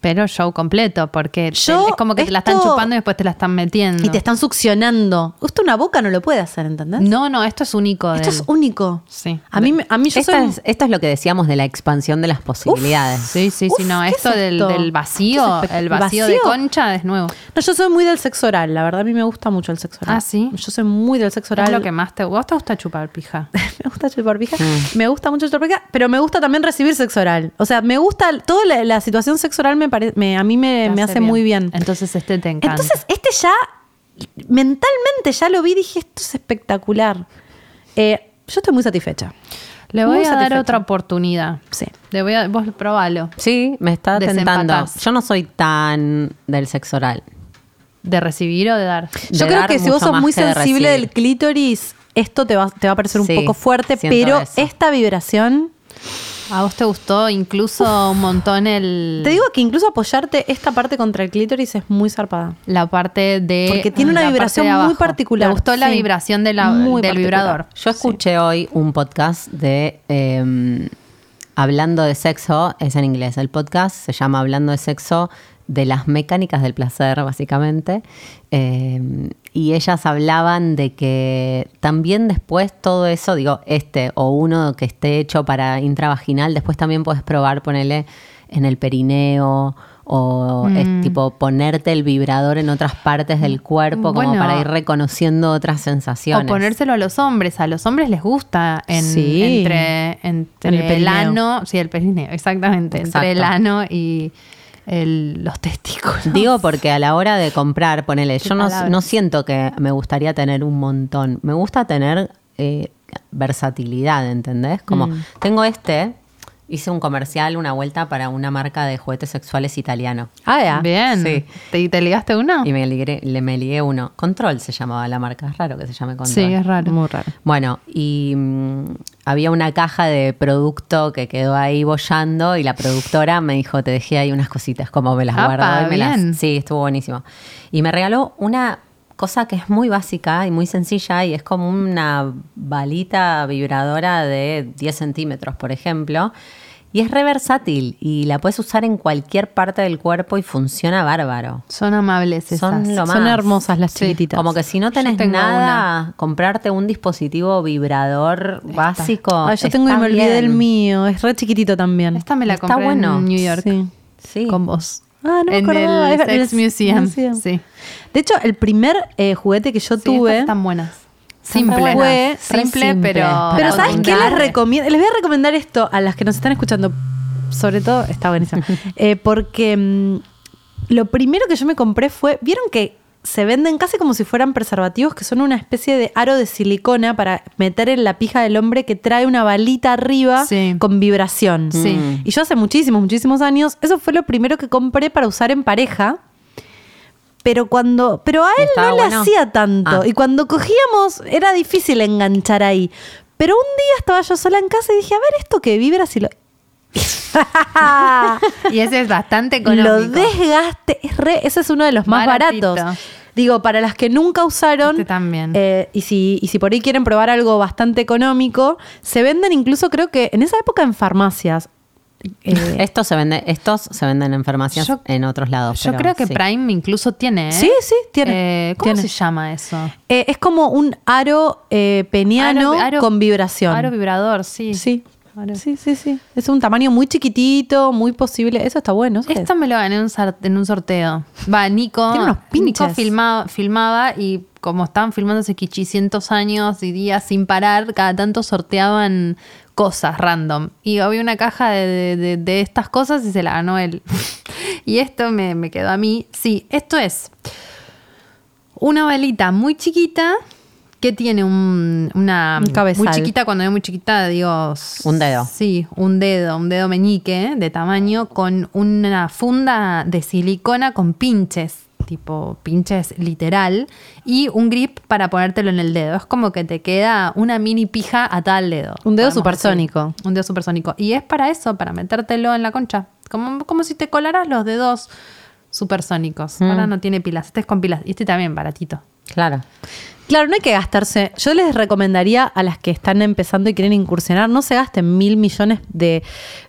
Pero show completo, porque te-
Yo
es como que te la están
esto-
chupando y después te la están metiendo.
Y te están succionando. Usted una boca no lo puede hacer, ¿entendés?
No, no, esto es único.
Esto
del-
es único.
Sí.
A mí, me- a mí yo
Esto,
soy...
es, esto es lo que decíamos de la expansión de las posibilidades.
Sí, sí, sí,
Uf,
no,
¿qué
esto,
es
del,
esto?
del vacío,
Esto es espe-
el vacío, de
¿vacío?
concha es nuevo.
No, yo soy muy del sexo oral, la verdad a mí me gusta mucho el sexo oral.
Ah, ¿sí?
Yo soy muy del sexo oral.
Es lo que más te gusta, te gusta chupar pija.
<laughs> me gusta chupar pija. Me gusta mucho chupar pija, pero me gusta también recibir sexo oral. O sea, me gusta toda la, la situación sexo oral me pare- me- a mí me,
Te
me hace muy bien.
Entonces este te encanta.
Entonces, este ya, mentalmente ya lo vi y dije, esto es espectacular. Eh, yo estoy muy satisfecha.
Le voy
muy
a dar
satisfecha.
otra oportunidad.
Sí.
Le voy a, vos probalo.
Sí, me está
Desempatás.
tentando. Yo no soy tan del sexo oral.
¿De recibir o de dar?
De
Yo creo
dar
que si vos
mucho
sos
más
muy
que de
sensible
recibir.
del clítoris, esto te va, te va a parecer un
Sí,
poco fuerte,
siento
pero
eso.
esta vibración...
¿A vos te gustó incluso un montón
Mm.
el
Te digo que incluso apoyarte esta parte contra el clítoris es muy zarpada.
la parte de
Porque tiene una
la parte
vibración
de abajo?
muy particular.
¿Te gustó la
Sí.
vibración de la-
Muy
del
particular.
vibrador?
Yo escuché hoy un podcast de eh, Hablando de sexo, es en inglés el podcast, se llama Hablando de sexo de las mecánicas del placer, básicamente. Eh, y ellas hablaban de que también después todo eso, digo, este o uno que esté hecho para intravaginal, después también puedes probar, ponele en el perineo o
Mm.
es tipo ponerte el vibrador en otras partes del cuerpo
Bueno.
como para ir reconociendo otras sensaciones.
O ponérselo a los hombres. A los hombres les gusta en-
Sí.
entre, entre
En el
el,
perineo.
ano, sí, el perineo, exactamente,
Exacto.
entre el ano y el- los testículos. <laughs>
Digo porque a la hora de comprar, ponele, yo no,
palabras.
no siento que me gustaría tener un montón. Me gusta tener eh, versatilidad, ¿entendés? Como tengo este, hice un comercial una vuelta para una marca de juguetes sexuales italiano.
Ah, ya.
Bien.
Sí.
¿Te, te ligaste uno?
Y me ligué, le, me ligué uno. Control se llamaba la marca. Es raro que se llame Control.
Sí, es raro.
Muy raro.
Bueno, y mm, había una caja de producto que quedó ahí bollando y la productora me dijo, te dejé ahí unas cositas, como me las
Apa,
guardo. y me las-".
bien.
Sí, estuvo buenísimo. Y me regaló una cosa que es muy básica y muy sencilla y es como una balita vibradora de 10 centímetros, por ejemplo. Y es re versátil y la puedes usar en cualquier parte del cuerpo y funciona bárbaro.
Son amables esas.
Son lo más.
Son hermosas las chiquititas.
Como que si no
Yo
tenés
tengo
nada, comprarte un dispositivo vibrador básico.
Ay, Ah, yo tengo y
está
me olvidé
bien.
del mío. Es re chiquitito también.
Esta me la
Está
compré
bueno.
en New York
Sí.
Sí.
con vos.
Ah, no me
en
acordaba.
el
Es-
Sex
el
Museum. Sí.
De hecho, el primer eh, juguete que yo
Sí, este
tuve.
estas están buenas.
Simple.
Simple,
Fue-
re
simple,
simple.
pero.
Pero
para
¿sabes qué
contar.
les recomiendo? Les voy a recomendar esto a las que nos están escuchando. Sobre todo, está
<laughs>
buenísimo. Eh, porque mm, lo primero que yo me compré fue, ¿vieron que se venden casi como si fueran preservativos, que son una especie de aro de silicona para meter en la pija del hombre que trae una balita arriba
Sí.
con vibración?
Sí.
Mm.
Y yo hace muchísimos, muchísimos años, eso fue lo primero que compré para usar en pareja. Pero cuando. Pero a él
Estaba
no le
bueno.
hacía tanto.
Ah.
Y cuando cogíamos, era difícil enganchar ahí. Pero un día estaba yo sola en casa y dije, a ver, esto que vibra
<laughs>
si lo.
Y ese es bastante
<laughs> <laughs>
económico.
lo desgaste. Es re- ese es uno de los más
Baratito.
baratos. Digo, para las que nunca usaron.
Este también.
eh, y, si, y si por ahí quieren probar algo bastante económico, se venden incluso, creo que en esa época en
<laughs>
farmacias. Eh,
Estos se venden, estos se venden en farmacias
Yo-
en otros lados.
Yo
pero
creo que
sí.
Prime incluso tiene. ¿eh?
Sí, sí, tiene.
Eh, ¿Cómo
Tiene.
se llama eso?
Eh, es como un aro eh, peniano
Aro- aro-
con vibración.
Aro vibrador, sí.
sí.
Aro.
sí, sí, sí. Es un tamaño muy chiquitito, muy posible. Eso está bueno. ¿sabes?
Esto me lo gané en un, sar- en un sorteo. Va, Nico.
Tiene unos pinches.
Nico filmaba, filmaba y como estaban filmando hace 800 años y días sin parar, cada tanto sorteaban cosas random. Y había una caja de, de- de- de estas cosas y se la ganó él. <laughs> y esto me, me quedó a mí. Sí, esto es una velita muy chiquita que tiene un, una
Un cabezal.
muy chiquita cuando es muy chiquita digo s-
Un dedo.
sí un dedo un dedo meñique de tamaño con una funda de silicona con pinches tipo pinches literal y un grip para ponértelo en el dedo es como que te queda una mini pija atada al dedo
Un dedo
podemos
supersónico.
decir. un dedo supersónico y es para eso para metértelo en la concha como, como si te colaras los dedos
Mm.
supersónicos ahora no tiene pilas este es con pilas y este también baratito
Claro.
Claro, no hay que gastarse. Yo les recomendaría a las que están empezando y quieren incursionar, no se gasten mil millones de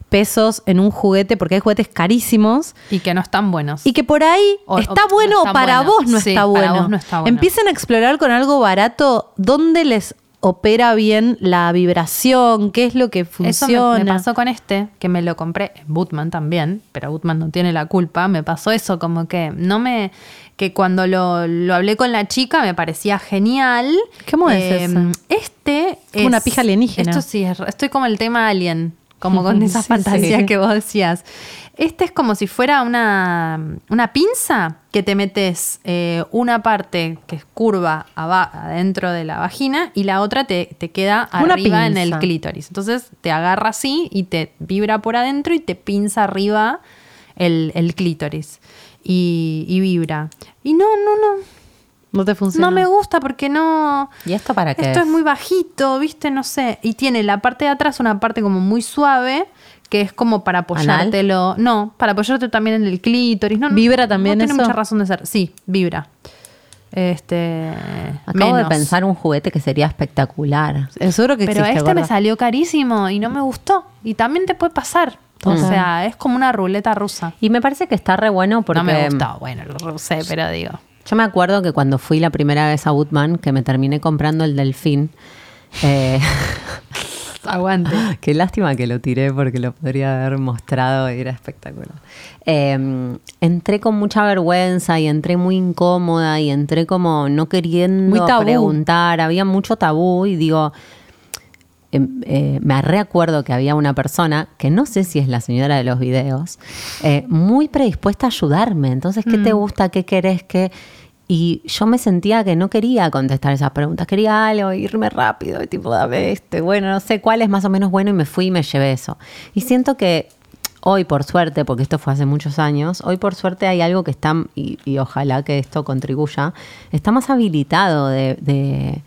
pesos en un juguete, porque hay juguetes carísimos.
Y que no están buenos.
Y que por ahí
O-
está
o-
bueno
no
o
están
para
buenos.
vos no
Sí,
está
para
bueno.
vos no está bueno.
Empiecen a explorar con algo barato dónde les opera bien la vibración, qué es lo que
eso
funciona.
me- me, pasó con este, que me lo compré en Bootman también, pero Bootman no tiene la culpa. Me pasó eso, como que no me. que cuando lo, lo hablé con la chica me parecía genial.
¿Cómo es ese?
Este es.
Una pija alienígena.
Esto sí, es- estoy como el tema alien,
<laughs>
como con esas
Sí,
fantasías
sí.
que vos decías. Este es como si fuera una, una pinza que te metes eh, una parte que es curva aba- adentro de la vagina y la otra te, te queda
Una
arriba en el
pinza.
clítoris. Entonces te agarra así y te vibra por adentro y te pinza arriba el, el clítoris. Y, y vibra. Y no, no, no.
No te funciona.
No me gusta porque no.
¿Y esto para qué?
Esto es
es?
muy bajito, ¿viste? No sé. Y tiene la parte de atrás una parte como muy suave, que es como para apoyártelo. No, para apoyarte también en el clítoris. No, no,
¿Vibra también
no tiene
eso?
mucha razón de ser. Sí, vibra. Este.
Acabo
menos.
de pensar un juguete que sería espectacular.
Eh, Seguro que
Pero
existe,
este me
gorda.
salió carísimo y no me gustó. Y también te puede pasar. O sea, es como una ruleta rusa.
Y me parece que está re bueno porque
No me gustó. Bueno, lo rusé, pero digo.
Yo me acuerdo que cuando fui la primera vez a Woodman, que me terminé comprando el delfín, eh, <laughs>
Aguante.
<gasps> Qué lástima que lo tiré porque lo podría haber mostrado y era espectacular. Eh, entré con mucha vergüenza y entré muy incómoda y entré como no queriendo
Muy tabú.
preguntar. Había mucho tabú y digo, eh, eh, me recuerdo que había una persona, que no sé si es la señora de los videos, eh, muy predispuesta a ayudarme. Entonces, ¿qué te gusta? ¿Qué querés? ¿Qué? Y yo me sentía que no quería contestar esas preguntas, quería algo, irme rápido, y tipo, dame este, bueno, no sé cuál es más o menos bueno, y me fui y me llevé eso. Y siento que hoy, por suerte, porque esto fue hace muchos años, hoy por suerte hay algo que está, y, y ojalá que esto contribuya, está más habilitado de- de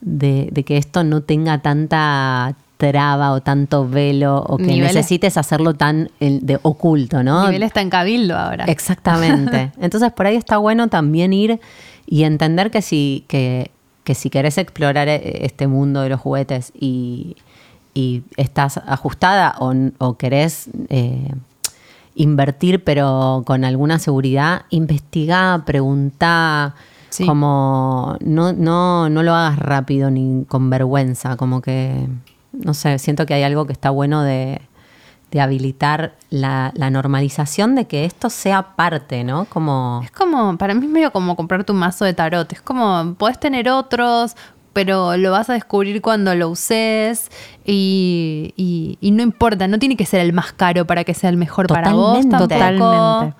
de, de que esto no tenga tanta traba o tanto velo o que
Niveles.
necesites hacerlo tan el, de oculto, ¿no?
Nivel está en cabildo ahora. <laughs>
Exactamente. Entonces por ahí está bueno también ir y entender que si, que, que si querés explorar eh, este mundo de los juguetes y, y estás ajustada o, o querés eh, invertir, pero con alguna seguridad, investigá, preguntá.
Sí.
Como no, no, no lo hagas rápido ni con vergüenza, como que, no sé, siento que hay algo que está bueno de, de habilitar la, la normalización de que esto sea parte, ¿no? Como...
Es como, para mí es medio como comprarte un mazo de tarot. Es como, podés tener otros, pero lo vas a descubrir cuando lo uses y, y- y no importa, no tiene que ser el más caro para que sea el mejor
Totalmente.
para vos tampoco.
Totalmente.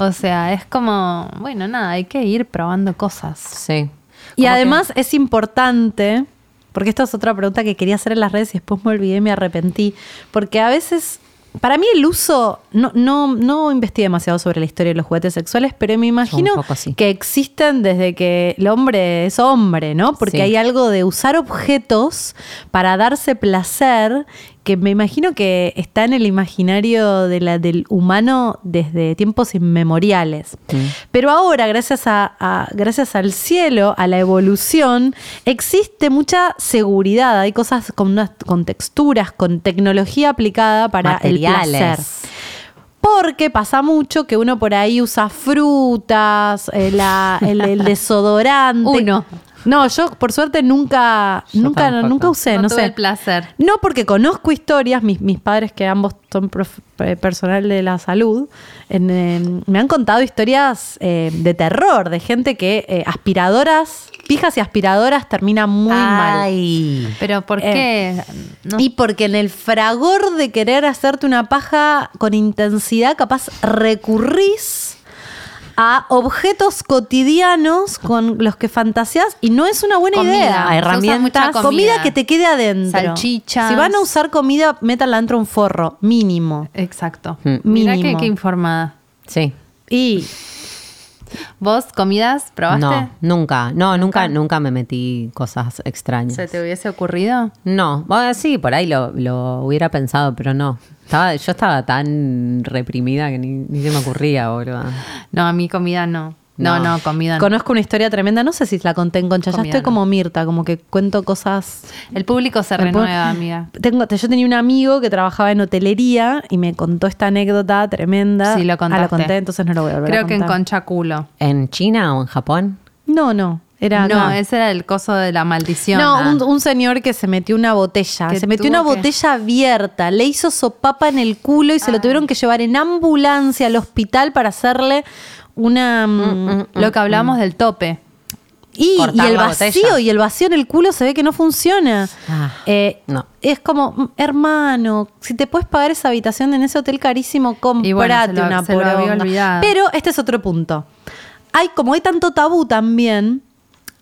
O sea, es como, bueno, nada, hay que ir probando cosas.
Sí.
Y
Como
además es importante, porque esta es otra pregunta que quería hacer en las redes y después me olvidé y me arrepentí, porque a veces, para mí el uso, no, no, no investigué demasiado sobre la historia de los juguetes sexuales, pero me imagino
poco sí.
que existen desde que el hombre es hombre, ¿no? Porque
Sí.
hay algo de usar objetos para darse placer que me imagino que está en el imaginario de la- del humano desde tiempos inmemoriales.
Mm.
Pero ahora, gracias, a, a- gracias al cielo, a la evolución, existe mucha seguridad. Hay cosas con, unas- con texturas, con tecnología aplicada para el
Materiales.
placer. Porque pasa mucho que uno por ahí usa frutas, eh, la- el,
<laughs>
el desodorante.
Uno.
No, yo por suerte nunca,
Yo
nunca,
tampoco.
nunca usé, no,
No tuve
sé.
el placer.
No, porque conozco historias, mis, mis padres que ambos son prof- eh, personal de la salud, en, eh, me han contado historias eh, de terror, de gente que eh, aspiradoras, pijas y aspiradoras terminan muy mal.
Ay.
Pero ¿por qué? No.
Eh, Y porque en el fragor de querer hacerte una paja con intensidad, capaz recurrís a objetos cotidianos con los que fantaseas y no es una buena
Comida.
idea.
A
Se usa
herramientas,
mucha
comida. que te quede adentro.
Salchichas.
Si van a usar comida, métanla dentro de un forro, mínimo.
Exacto.
Mm.
Mira qué,
Mínimo.
qué informada.
Sí.
Y
¿Vos comidas probaste?
No, nunca. No, nunca, nunca me metí cosas extrañas.
¿Se te hubiese ocurrido?
No, bueno, sí, por ahí lo, lo hubiera pensado, pero no. Estaba, yo estaba tan reprimida que ni, ni se me ocurría, boludo.
No, a mí comida no. No, no,
No.
comida no.
conozco una historia tremenda, no sé si la conté en Concha, ya
Comida
estoy
no.
como Mirta, como que cuento cosas
El público se
Me pon- <laughs>
renueva, amiga.
Tengo, te- yo tenía un amigo que trabajaba en hotelería y me contó esta anécdota tremenda.
Sí, lo
Ah,
contaste.
lo conté, entonces no lo voy a volver a
Creo que en
contar.
concha culo.
¿En China o en Japón?
No, no. Era
no,
acá.
ese era el coso de la maldición.
No,
Ah.
un, un señor que se metió una botella.
Que
Se metió
tuvo
una
que- Ah.
botella abierta, le hizo sopapa en el culo y se lo tuvieron que llevar en ambulancia al hospital para hacerle una. mm,
lo que hablamos del tope.
Y, y
Cortar
el
la
vacío,
botella.
y el vacío en el culo se ve que no funciona.
Ah,
Eh,
no.
Es como, mm, hermano, si te puedes pagar esa habitación en ese hotel carísimo, comprate
Y bueno, se lo-
una
se lo había
poronga.
olvidado.
Pero este es otro punto. Hay, como hay tanto tabú también,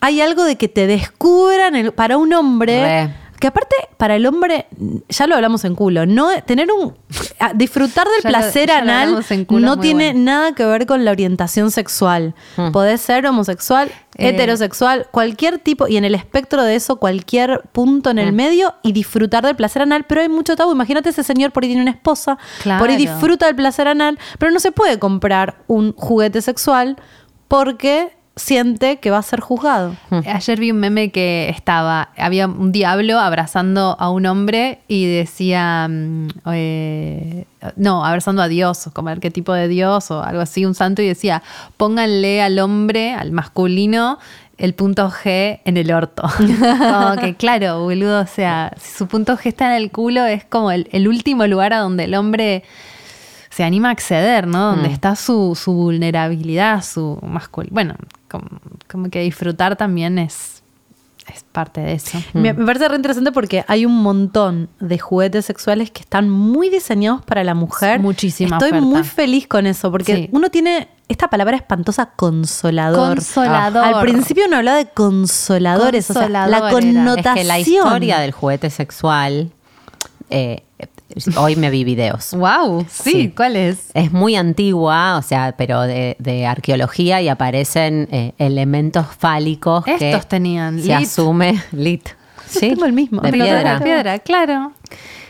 hay algo de que te descubran el- para un hombre.
Re.
Que aparte, para el hombre, ya lo hablamos en culo, no tener un a- disfrutar del
<laughs> Ya lo-
placer
ya lo
anal
hablamos en culo,
no
muy
tiene
bueno. Hmm.
nada que ver con la orientación sexual. Podés ser homosexual,
Eh.
heterosexual, cualquier tipo, y en el espectro de eso, cualquier punto en el
Hmm.
medio y disfrutar del placer anal, pero hay mucho tabú. Imagínate ese señor por ahí tiene una esposa, por ahí
Claro.
disfruta del placer anal, pero no se puede comprar un juguete sexual porque siente que va a ser juzgado.
Ayer vi un meme que estaba, había un diablo abrazando a un hombre y decía, mm, eh, no, abrazando a Dios, como el qué tipo de Dios o algo así, un santo, y decía, pónganle al hombre, al masculino, el punto G en el orto. como que claro, boludo, o sea, si su punto G está en el culo, es como el, el último lugar a donde el hombre se anima a acceder, ¿no?
Mm.
Donde está su, su vulnerabilidad, su masculino. Bueno, como, como que disfrutar también es, es parte de eso.
Me, me parece re interesante porque hay un montón de juguetes sexuales que están muy diseñados para la mujer.
Muchísima
Estoy
oferta.
muy feliz con eso porque
Sí.
uno tiene esta palabra espantosa consolador.
Consolador.
Al principio uno hablaba de consoladores, o sea, la
Consolador era.
connotación.
Es que la historia del juguete sexual. eh, hoy me vi videos.
¡Wow! Sí,
Sí.
¿cuál es?
Es muy antigua, o sea, pero de, de arqueología y aparecen eh, elementos fálicos que
Estos tenían,
se
lit.
asume lit.
Yo tengo el mismo.
de
Me lo
piedra.
regalaron.
piedra, claro.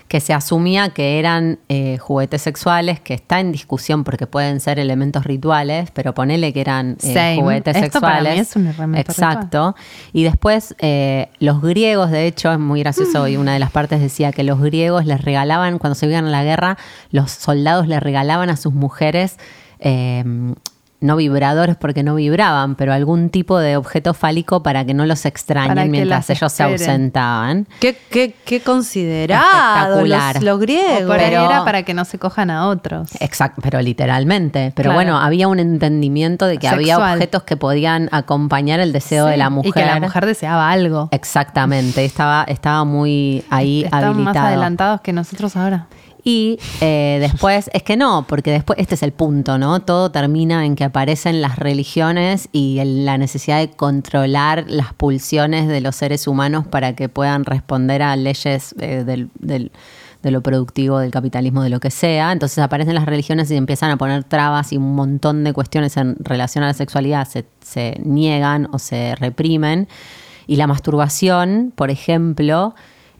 que se asumía que eran eh, juguetes sexuales, que está en discusión porque pueden ser elementos rituales, pero ponele que eran eh,
Same.
juguetes
Esto para
sexuales.
mí es un elemento
Exacto. Y después eh, los griegos, de hecho, es muy gracioso, y una de las partes decía que los griegos les regalaban, cuando se iban a la guerra, los soldados les regalaban a sus mujeres... eh, no vibradores porque no vibraban, pero algún tipo de objeto fálico para que no los
Para que
extrañen mientras
las
ellos se
esperen.
ausentaban.
¿Qué, qué, qué considerado
Espectacular.
los, los
O
griegos?
por ahí
Pero-
era para que no se cojan a otros.
Exacto, pero literalmente. Pero
Claro.
bueno, había un entendimiento de que había
Sexual.
objetos que podían acompañar el deseo de
Sí,
la mujer.
Y que la mujer deseaba algo.
Exactamente, estaba, estaba muy ahí
Están más
habilitado.
adelantados que nosotros ahora.
Y eh, después, es que no, porque después, este es el punto, ¿no? Todo termina en que aparecen las religiones y el- la necesidad de controlar las pulsiones de los seres humanos para que puedan responder a leyes eh, del- del- de lo productivo, del capitalismo, de lo que sea. Entonces aparecen las religiones y empiezan a poner trabas y un montón de cuestiones en relación a la sexualidad se, se niegan o se reprimen. Y la masturbación, por ejemplo,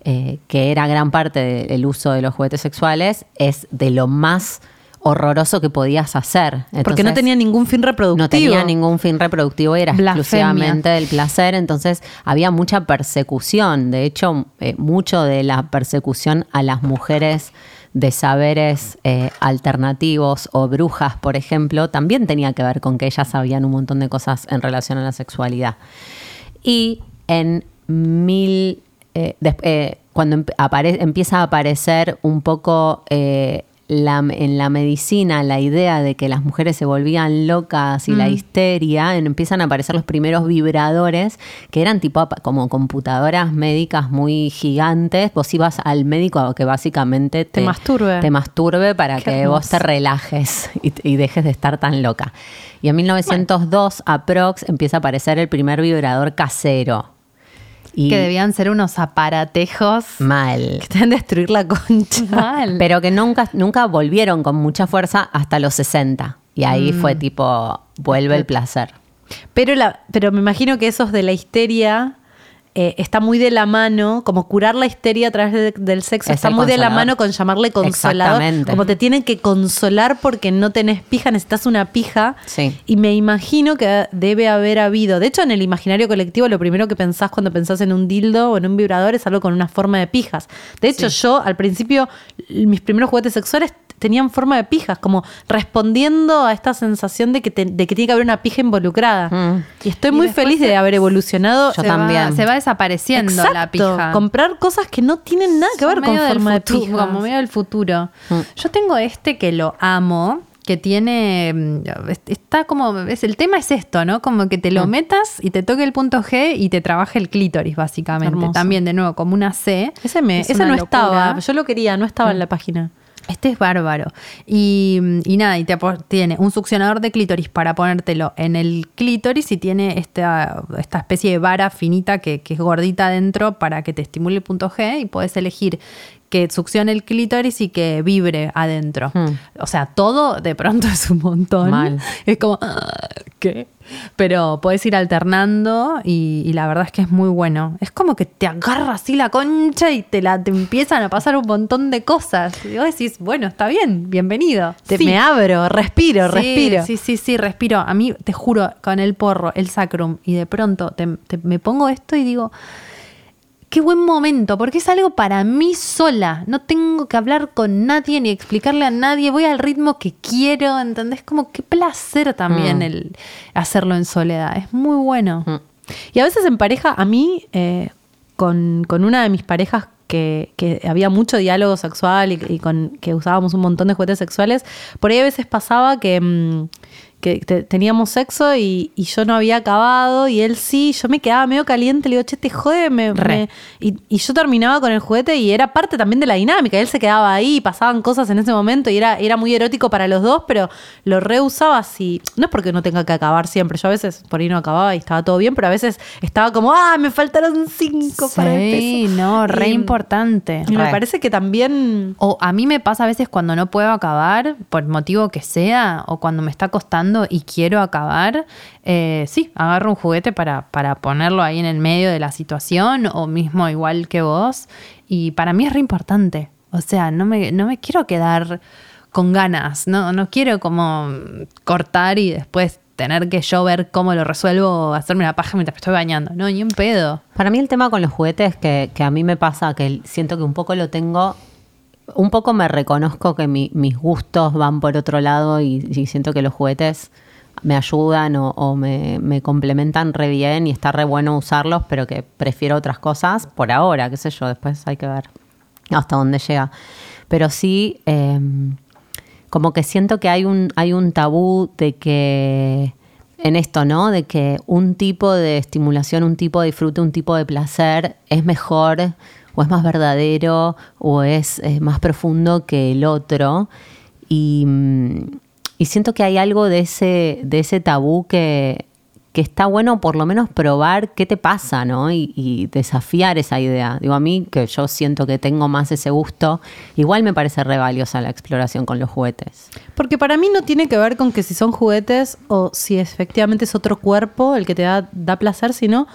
eh, que era gran parte de- del uso de los juguetes sexuales, es de lo más horroroso que podías hacer.
Porque no
Entonces,
tenía ningún fin reproductivo.
no tenía <laughs> ningún fin reproductivo y era
Blasfemia.
exclusivamente del placer, entonces había mucha persecución. De hecho, eh, mucho de la persecución a las mujeres de saberes eh, alternativos o brujas, por ejemplo, también tenía que ver con que ellas sabían un montón de cosas en relación a la sexualidad. Y en mil. eh, des- eh, cuando emp- apare- empieza a aparecer un poco eh, la- en la medicina la idea de que las mujeres se volvían locas y la histeria, en- empiezan a aparecer los primeros vibradores que eran tipo apa- como computadoras médicas muy gigantes. Vos ibas al médico a que básicamente te,
masturbe.
te masturbe para
Qué
que vos
hermoso.
te relajes y, y dejes de estar tan loca. Y en 1902, aprox, empieza a aparecer el primer vibrador casero. Y
Que debían ser unos aparatejos.
mal.
Que te van a destruir la concha.
Mal.
Pero que nunca, nunca volvieron con mucha fuerza hasta los 60. Y ahí
Mm.
fue tipo, vuelve el placer.
Pero, la, pero me imagino que esos de la histeria eh, está muy de la mano, como curar la histeria a través de- del sexo,
Es
está
el
muy de la
consolador.
mano con llamarle consolador.
Exactamente.
Como te tienen que consolar porque no tenés pija, necesitas una pija.
Sí.
Y me imagino que debe haber habido. De hecho, en el imaginario colectivo, lo primero que pensás cuando pensás en un dildo o en un vibrador es algo con una forma de pijas. De hecho, yo al principio, l- mis primeros juguetes sexuales t- tenían forma de pijas, como respondiendo a esta sensación de que, te- de que tiene que haber una pija involucrada.
Mm.
Y estoy
Y
muy
después
feliz de
se-
haber evolucionado.
Yo
se Va,
también.
se va desapareciendo
Exacto,
la pija.
Comprar cosas que no tienen nada que ver
Son
con Mm.
medio del
forma de
futu-
pija.
Como medio del futuro. Yo tengo este que lo amo, que tiene. mm, es- Está como. Es, el tema es esto, ¿no? Como que te
Mm.
lo metas y te toque el punto G y te trabaje el clítoris, básicamente.
Hermoso.
También, de nuevo, como una C.
Ese, me,
Es
ese
una
no
locura. Mm.
estaba. Yo lo quería, no estaba en la página.
Este es bárbaro. Y, y nada, y te apo- tiene un succionador de clítoris para ponértelo en el clítoris y tiene esta, esta especie de vara finita que, que es gordita adentro para que te estimule el punto G y puedes elegir que succione el clítoris y que vibre adentro. O sea, todo de pronto es un montón.
Mal.
<laughs> Es como, "Ah, ¿qué? Pero puedes ir alternando y, y la verdad es que es muy bueno. Es como que te agarra así la concha y te, la, te empiezan a pasar un montón de cosas. Y vos decís, bueno, está bien, bienvenido.
Te-
Sí.
Me abro, respiro,
Sí,
respiro.
Sí, sí, sí, respiro. A mí, te juro, con el porro, el sacrum, y de pronto te- te- me pongo esto y digo, qué buen momento, porque es algo para mí sola. No tengo que hablar con nadie ni explicarle a nadie. Voy al ritmo que quiero, ¿entendés? Como qué placer también
Mm.
el hacerlo en soledad. Es muy bueno.
Mm. Y a veces en pareja, a mí, eh, con, con una de mis parejas que, que había mucho diálogo sexual y, y con que usábamos un montón de juguetes sexuales, por ahí a veces pasaba que, mm, que te- teníamos sexo y, y yo no había acabado y él sí, yo me quedaba medio caliente, le digo, che, te jode, me-
Re.
me- y, y yo terminaba con el juguete y era parte también de la dinámica, él se quedaba ahí, pasaban cosas en ese momento y era, era muy erótico para los dos, pero lo reusaba así, no es porque no tenga que acabar siempre, yo a veces por ahí no acababa y estaba todo bien, pero a veces estaba como, ah, me faltaron cinco para el
Sí,
peso".
no, re
Y-
importante.
Y me
Re.
parece que también...
O a mí me pasa a veces cuando no puedo acabar, por motivo que sea, o cuando me está costando llorando y quiero acabar, eh, sí, agarro un juguete para, para ponerlo ahí en el medio de la situación o mismo igual que vos. Y para mí es re importante. O sea, no me, no me quiero quedar con ganas, no, no quiero como cortar y después tener que yo ver cómo lo resuelvo o hacerme la paja mientras me estoy bañando. No, ni un pedo.
Para mí el tema con los juguetes que, que a mí me pasa, que siento que un poco lo tengo, un poco me reconozco que mi- mis gustos van por otro lado y, y siento que los juguetes me ayudan o, o me, me complementan re bien y está re bueno usarlos, pero que prefiero otras cosas por ahora, qué sé yo, después hay que ver hasta dónde llega. Pero sí, em, como que siento que hay un, hay un tabú de que en esto, ¿no? De que un tipo de estimulación, un tipo de disfrute, un tipo de placer es mejor o es más verdadero o es, eh, más profundo que el otro. Y, mm, y siento que hay algo de ese, de ese tabú que, que está bueno por lo menos probar qué te pasa, ¿no? Y, y desafiar esa idea. Digo, a mí, que yo siento que tengo más ese gusto, igual me parece re valiosa la exploración con los juguetes.
Porque para mí no tiene que ver con que si son juguetes o si efectivamente es otro cuerpo el que te da, da placer, sino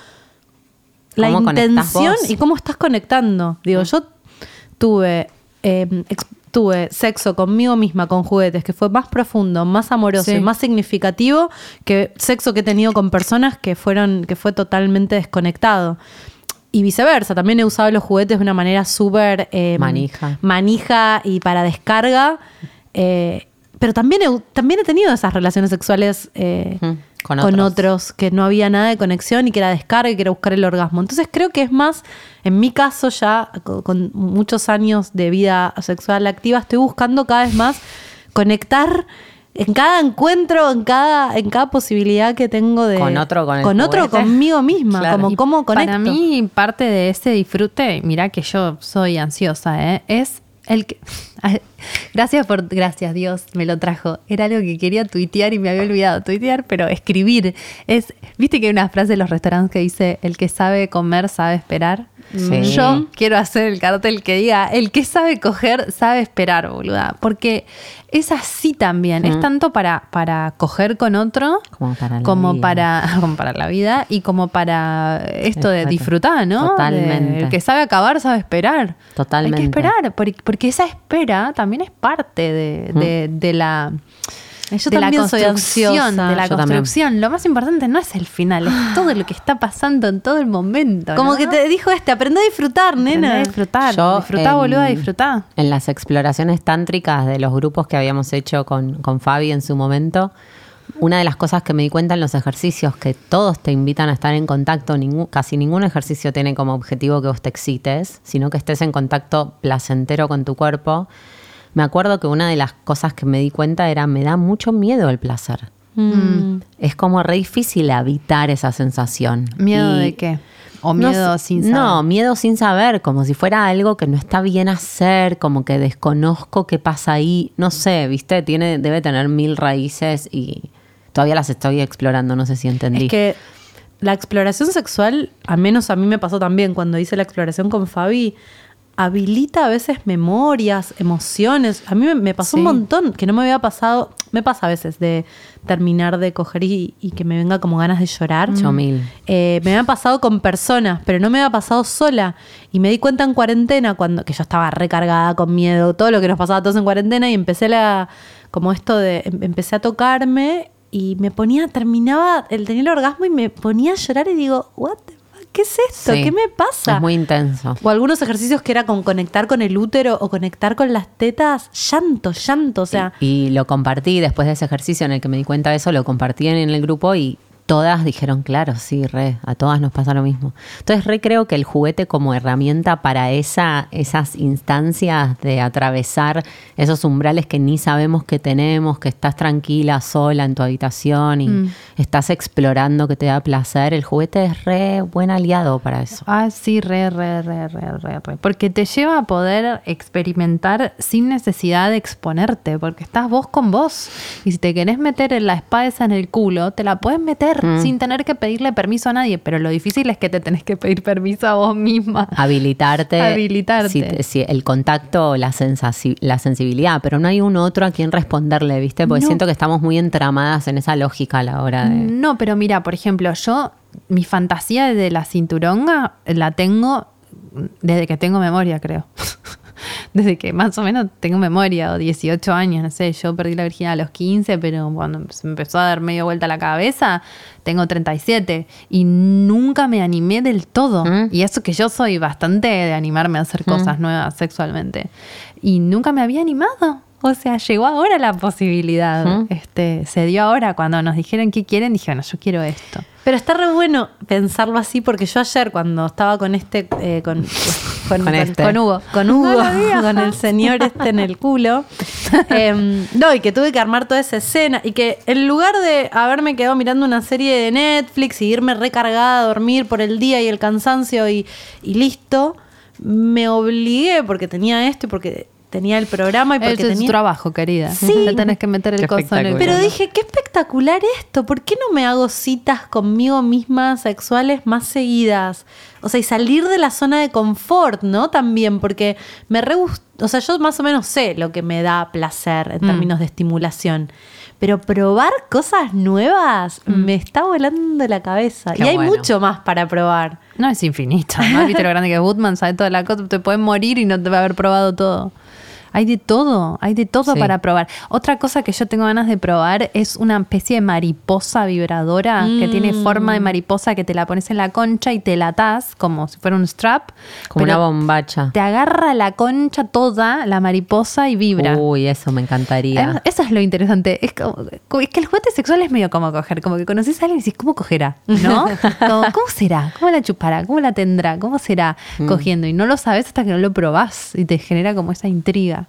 la
¿Cómo conectás
intención
vos? Mm.
y cómo estás conectando. Digo, yo tuve, eh, ex- tuve sexo conmigo misma con juguetes, que fue más profundo, más amoroso
Sí.
y más significativo que sexo que he tenido con personas que fueron, que fue totalmente desconectado. Y viceversa, también he usado los juguetes de una manera súper eh,
Manija.
manija y para descarga. eh, pero también he, también he tenido esas relaciones sexuales eh,
Ujú, con
con,
otros.
otros. que no había nada de conexión y que era descarga y que era buscar el orgasmo. Entonces creo que es más, en mi caso ya, co- con, muchos años de vida sexual activa, estoy buscando cada vez más conectar en cada encuentro, en cada, en cada posibilidad que tengo de...
Con otro, con el
otro,
juguete.
conmigo misma,
Claro.
como
Y
cómo conecto.
Para mí, parte de ese disfrute, mirá que yo soy ansiosa, ¿eh? es el que. <laughs> Gracias por. Gracias, Dios, me lo trajo. Era algo que quería tuitear y me había olvidado tuitear, pero escribir. es Viste que hay una frase en los restaurantes que dice: el que sabe comer sabe esperar.
Sí.
Yo quiero hacer el cartel que diga: el que sabe coger sabe esperar, boluda. Porque es así también. Es tanto para, para coger con otro
Como para la
como
vida.
para <laughs> como para la vida y como para esto de
Exacto.
disfrutar, ¿no?
Totalmente.
De- el que sabe acabar sabe esperar.
Totalmente.
Hay que esperar, por- porque esa espera también es parte
Mm.
de, de- de la.
Yo
de la
también soy
construcción,
ansiosa.
De la
Yo también.
construcción. Lo más importante no es el final, es todo lo que está pasando en todo el momento.
Como
¿no?
que te dijo este, aprende a disfrutar,
Aprendé a
nena.
disfrutar.
Yo, em,
disfrutá,
en-
boluda, disfrutá.
En las exploraciones tántricas de los grupos que habíamos hecho con, con Fabi en su momento, una de las cosas que me di cuenta en los ejercicios, que todos te invitan a estar en contacto, ningún- casi ningún ejercicio tiene como objetivo que vos te excites, sino que estés en contacto placentero con tu cuerpo. Me acuerdo que una de las cosas que me di cuenta era, me da mucho miedo el placer.
Mm.
Mm.
Es como re difícil habitar esa sensación.
¿Miedo
Y-
de qué? ¿O
no
miedo
sé-
sin saber?
No, miedo sin saber, como si fuera algo que no está bien hacer, como que desconozco qué pasa ahí. No sé, viste, tiene, debe tener mil raíces y todavía las estoy explorando, no sé si entendí.
Es que la exploración sexual, al menos a mí me pasó también cuando hice la exploración con Fabi, habilita a veces memorias, emociones. A mí me, me pasó un
Sí.
montón que no me había pasado. Me pasa a veces de terminar de coger y, y que me venga como ganas de llorar.
Yo mil.
Mm. Eh, me ha pasado con personas, pero no me ha pasado sola. Y me di cuenta en cuarentena, cuando que yo estaba recargada con miedo, todo lo que nos pasaba a todos en cuarentena, y empecé la, como esto de, em- empecé a tocarme y me ponía, terminaba, el tenía el orgasmo y me ponía a llorar y digo, what the fuck, ¿qué es esto?
Sí.
¿Qué me pasa?
Es muy intenso.
O algunos ejercicios que era con conectar con el útero o conectar con las tetas, llanto, llanto, o sea,
Y, y lo compartí después de ese ejercicio en el que me di cuenta de eso, lo compartí en, en el grupo y todas dijeron, claro, sí, re, a todas nos pasa lo mismo. Entonces, re creo que el juguete como herramienta para esa, esas instancias de atravesar esos umbrales que ni sabemos que tenemos, que estás tranquila, sola en tu habitación y estás explorando que te da placer, el juguete es re buen aliado para eso.
Ah, sí, re, re, re, re, re, re. Porque te lleva a poder experimentar sin necesidad de exponerte, porque estás vos con vos. Y si te querés meter en la espada esa en el culo, te la puedes meter. hacer sin tener que pedirle permiso a nadie, pero lo difícil es que te tenés que pedir permiso a vos misma.
Habilitarte.
Habilitarte.
si te- si el contacto, la, sensaci- la sensibilidad, pero no hay un otro a quien responderle, ¿viste? Porque
No. Mm,
siento que estamos muy entramadas en esa lógica a la hora de.
No, pero mira, por ejemplo, yo mi fantasía de la cinturonga eh, la tengo mm, desde que tengo memoria, creo. <laughs> Desde que más o menos tengo memoria, o 18 años, no sé, yo perdí la virginidad a los 15, pero cuando se me empezó a dar medio vuelta la cabeza, tengo 37 y nunca me animé del todo.
Mm.
Y eso que yo soy bastante de animarme a hacer cosas nuevas sexualmente. Y nunca me había animado. O sea, llegó ahora la posibilidad.
Ujú.
Este, se dio ahora cuando nos dijeron qué quieren, dije, bueno, yo quiero esto.
Pero está re bueno pensarlo así, porque yo ayer cuando estaba con este, eh, con,
Con este.
con Hugo, con Hugo,
lo vi, ajá.
con el señor este en el culo, em, no, y que tuve que armar toda esa escena, y que en lugar de haberme quedado mirando una serie de Netflix y irme recargada a dormir por el día y el cansancio y, y listo, me obligué porque tenía esto y porque tenía el programa y porque
Ese es tu
tenía...
trabajo, querida.
Sí.
Te tenés que meter el
Qué
coso en el
espectacular.
Pero
culo.
dije, qué espectacular esto. ¿Por qué no me hago citas conmigo misma sexuales más seguidas? O sea, y salir de la zona de confort, ¿no? También, porque me re gust- O sea, yo más o menos sé lo que me da placer en términos de estimulación. Pero probar cosas nuevas me está volando la cabeza.
Qué
y hay
bueno.
mucho más para probar.
No es infinito.
<laughs>
¿no? ¿Viste lo grande que es Woodman? Sabe toda la cosa. Te puedes morir y no te va a haber probado todo. Hay de todo, hay de todo
Sí.
para probar. Otra cosa que yo tengo ganas de probar es una especie de mariposa vibradora que tiene
Mm.
forma de mariposa que te la pones en la concha y te la atás como si fuera un strap.
Como
pero
una bombacha.
Te agarra la concha toda, la mariposa y vibra.
Uy, eso me encantaría.
Además, Eso es lo interesante. Es, como- es que el juguete sexual es medio como coger. Como que conoces a alguien y decís, ¿cómo cogerá? <laughs> ¿No? Como, ¿Cómo será? ¿Cómo la chupará? ¿Cómo la tendrá? ¿Cómo será cogiendo? Y no lo sabes hasta que no lo probás y te genera como esa intriga.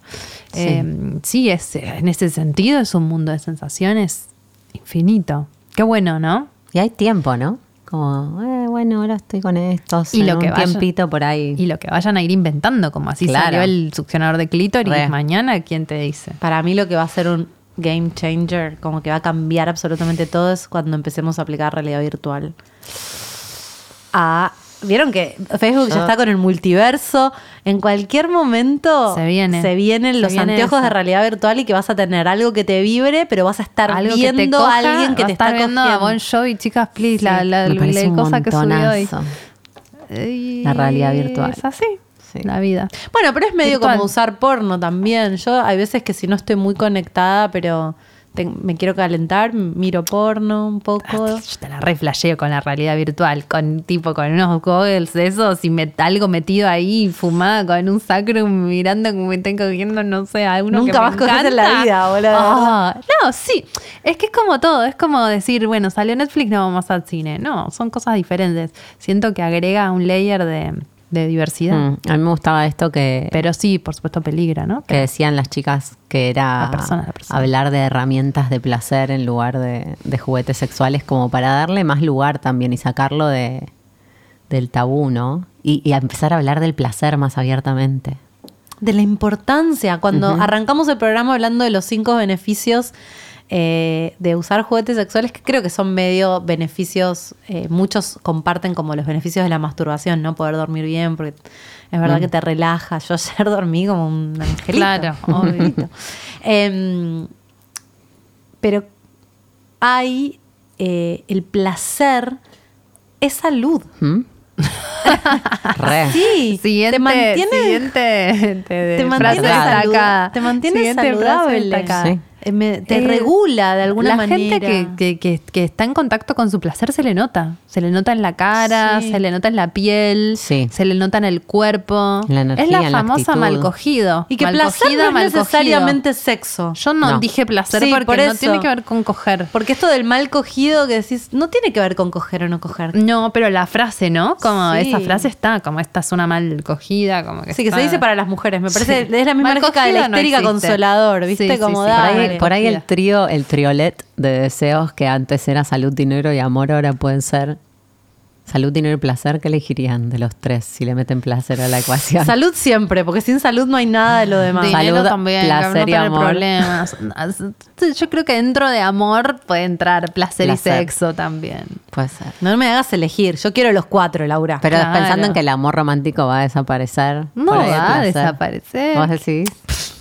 Sí.
Eh, sí, es, en ese sentido es un mundo de sensaciones infinito. Qué bueno, ¿no?
Y hay tiempo, ¿no? Como, eh, bueno, ahora estoy con estos.
Y
en
lo que
un
vaya.
tiempito por ahí.
Y lo que vayan a ir inventando, como así
Claro.
salió el succionador de clítoris
Re.
mañana, ¿quién te dice?
Para mí lo que va a ser un game changer, como que va a cambiar absolutamente todo, es cuando empecemos a aplicar realidad virtual. Ah, Vieron que Facebook ya está con el multiverso. En cualquier momento
Se viene.
se vienen
Se
los
viene
anteojos
eso.
de realidad virtual y que vas a tener algo que te vibre, pero vas a estar viendo a
coja,
alguien que
vas
te
a estar
está
viendo
cogiendo.
a Bon Jovi, chicas, please, la, la,
Me
la
parece un
cosa que subió hoy.
montonazo.
Ey,
La realidad virtual.
Es así,
Sí.
la vida.
Bueno, pero es medio
Virtual.
como usar porno también. Yo hay veces que si no estoy muy conectada, pero te- me quiero calentar, miro porno un poco.
Ah, Yo te la reflasheo con la realidad virtual, con tipo con unos goggles de esos y me, algo metido ahí, fumada con un sacrum, mirando como me están cogiendo, no sé, a uno
Nunca
que me
vas a coger en la
encanta.
vida, boludo, de
Ah, no, sí, es que es como todo, es como decir, bueno, salió Netflix, no vamos al cine. No, son cosas diferentes. Siento que agrega un layer de, de diversidad.
Mm, a mí me gustaba esto que,
Pero sí, por supuesto, peligra, ¿no?
que decían las chicas que era
La persona, la persona.
hablar de herramientas de placer en lugar de, de juguetes sexuales, como para darle más lugar también y sacarlo de, del tabú, ¿no? Y, y a empezar a hablar del placer más abiertamente.
de la importancia. Cuando arrancamos el programa hablando de los cinco beneficios eh, de usar juguetes sexuales, que creo que son medio beneficios, eh, muchos comparten como los beneficios de la masturbación, ¿no? Poder dormir bien, porque es verdad que te relaja. Yo ayer <laughs> dormí como un angelito.
Claro,
obvio. Em, pero hay eh, el placer es salud.
<laughs>
¿Mm? Re.
Sí,
Siguiente,
te mantiene
siguiente <laughs> te,
te mantiene,
frase
saluda-
destacada.
te mantiene
Siguiente frase
saludable.
destacada.
Sí.
Eh, me- te
Eh,
regula de alguna
la
manera.
gente que, que- que- que está en contacto con su placer se le nota. Se le nota en la cara,
Sí.
se le nota en la piel,
Sí.
se le nota en el cuerpo.
En la energía,
es la
en la
famosa
actitud.
mal cogido.
y que
Mal
placer
cogida,
no
mal
es
cogido.
necesariamente sexo.
Yo no,
No.
dije placer
Sí,
porque
por
no
eso.
tiene que ver con coger.
Porque esto del mal cogido que decís, no tiene que ver con coger o no coger.
No, pero la frase, ¿no? Como
Sí.
esa frase está, como esta es una mal cogida, como que
Así que se
está-
dice para las mujeres, me parece, es la misma
Mal
lógica de la
cogido no
histérica
existe.
consolador, ¿viste?
Sí, sí,
Como
sí.
Por
dale.
ahí, por ahí el
Mira.
trío, el triolet de deseos que antes era salud, dinero y amor, ahora pueden ser Salud, dinero y placer, ¿qué elegirían de los tres si le meten placer a la ecuación?
Salud siempre, porque sin salud no hay nada de lo demás.
Sí.
Dinero
Salud,
también,
placer
no
y
tener
amor.
problemas. Yo creo que dentro de amor puede entrar placer,
Placer.
y sexo también.
Puede ser.
No me hagas elegir, yo quiero los cuatro, Laura.
Pero
Claro.
pensando en que el amor romántico va a desaparecer.
No
por ahí el
va a
placer.
desaparecer.
¿Vos decís?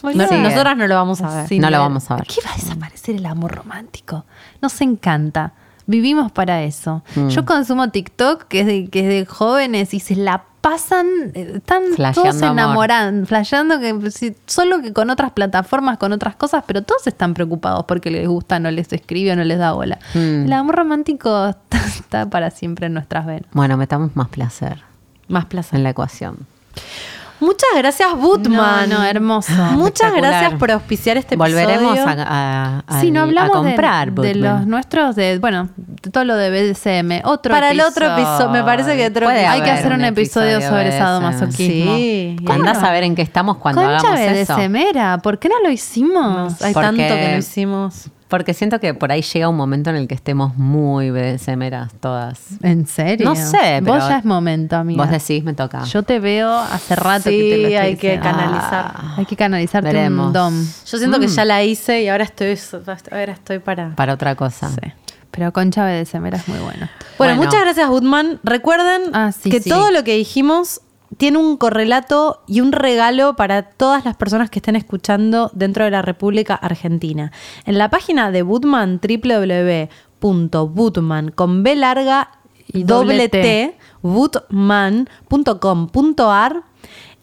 No-
Sí.
Nosotras no lo vamos a ver.
Sí. no lo vamos a ver.
¿Qué va a desaparecer el amor romántico? Nos encanta. Vivimos para eso.
Mm.
Yo consumo TikTok, que es, de, que es de jóvenes, y se la pasan, eh, están todos
Flasheando amor.
enamoran, flasheando, que, si- solo que con otras plataformas, con otras cosas, pero todos están preocupados porque les gusta, no les escribe o no les da bola.
Mm.
El amor romántico <laughs> está, está para siempre en nuestras venas.
Bueno, metamos más placer
Más placer.
en la ecuación.
Muchas gracias, Butman.
No, no,
<laughs>
hermoso.
Muchas
Espectacular.
gracias por auspiciar este
Volveremos
episodio.
a, a-
si
al-
no hablamos
a comprar
de, de
Bookman.
los nuestros, de bueno, de todo lo de BDSM. Otro
Para el otro episodio, me parece que otro
Puede
episodio.
Hay que
haber
hacer un episodio sobre
de
sadomasoquismo.
Sí.
eso. Andá a saber en qué estamos cuando
Concha
hagamos eso.
BDSMera, ¿por qué no lo hicimos?
Hay
Porque-
tanto que no hicimos.
Porque siento que por ahí llega un momento en el que estemos muy BDSMeras todas.
¿En serio?
No sé, pero-
Vos ya es momento, amiga.
Vos decís, ah. me toca.
Yo te veo hace rato
Sí,
que te lo estoy
hay que
diciendo.
canalizar.
Ah, hay que canalizarte
Veremos.
un dom.
Yo siento
Mm.
que ya la hice y ahora estoy, ahora estoy para.
Para otra cosa.
Sí. Pero Concha BDSMera es muy buena.
Bueno,
Bueno.
muchas gracias, Gutman. Recuerden
Ah, sí,
que
sí.
todo lo que dijimos tiene un correlato y un regalo para todas las personas que estén escuchando dentro de la República Argentina. En la página de Butman, www.butman, con B larga y doble T, butman.com.ar,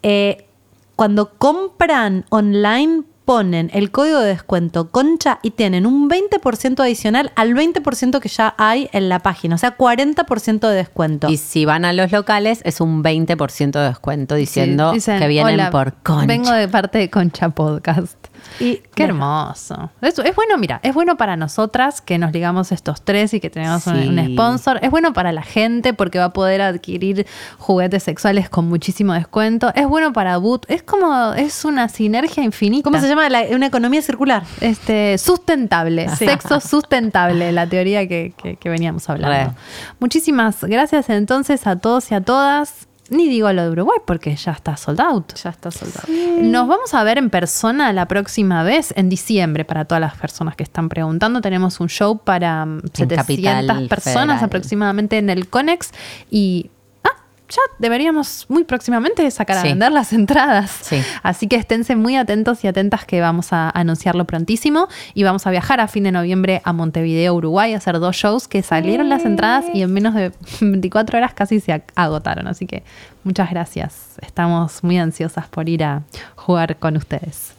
eh, cuando compran online ponen el código de descuento concha y tienen un 20% adicional al 20% que ya hay en la página, o sea, 40% de descuento.
Y si van a los locales, es un 20% de descuento diciendo
Sí, dicen,
que vienen
"Hola,
por concha.
Vengo de parte de Concha Podcast.
Y-
Qué
Bueno.
hermoso. Es, es bueno, mira, es bueno para nosotras que nos ligamos estos tres y que tenemos un-
Sí.
un, sponsor. Es bueno para la gente porque va a poder adquirir juguetes sexuales con muchísimo descuento. Es bueno para Boot. Es como, es una sinergia infinita.
¿Cómo se llama? La- una economía circular.
Este, sustentable,
Sí.
sexo sustentable, la teoría que, que- que veníamos
Re.
hablando. Muchísimas gracias entonces a todos y a todas. Ni digo lo de Uruguay porque ya está sold out.
Ya está soldado.
Nos vamos a ver en persona la próxima vez, en diciembre, para todas las personas que están preguntando. Tenemos un show para mm,
Capital
700 personas
Federal.
aproximadamente en el Conex y... ah, Ya deberíamos muy próximamente sacar a
Sí.
vender las entradas.
Sí.
Así que esténse muy atentos y atentas que vamos a anunciarlo prontísimo. Y vamos a viajar a fin de noviembre a Montevideo, Uruguay, a hacer dos shows que salieron las entradas y en menos de <laughs> 24 horas casi se ag- agotaron. Así que muchas gracias. Estamos muy ansiosas por ir a jugar con ustedes.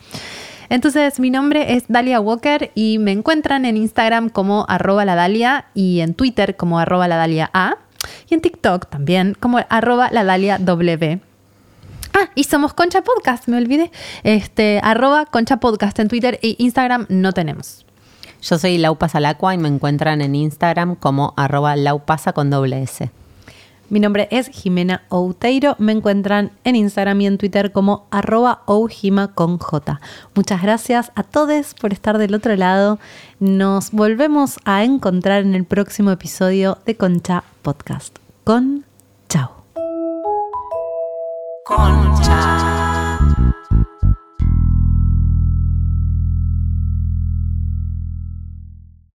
Entonces, mi nombre es Dalia Walker y me encuentran en Instagram como arroba la Dalia y en Twitter como arroba la Dalia A y en TikTok también como arroba la Dalia W. Ah, y somos Concha Podcast, me olvidé. Este, arroba Concha Podcast en Twitter e Instagram no tenemos.
Yo soy Laupasalacua y me encuentran en Instagram como arroba laupasa con doble S.
Mi nombre es Jimena Outeiro. Me encuentran en Instagram y en Twitter como arroba oujima con J. Muchas gracias a todos por estar del otro lado. Nos volvemos a encontrar en el próximo episodio de Concha Podcast. Con chao.
Concha.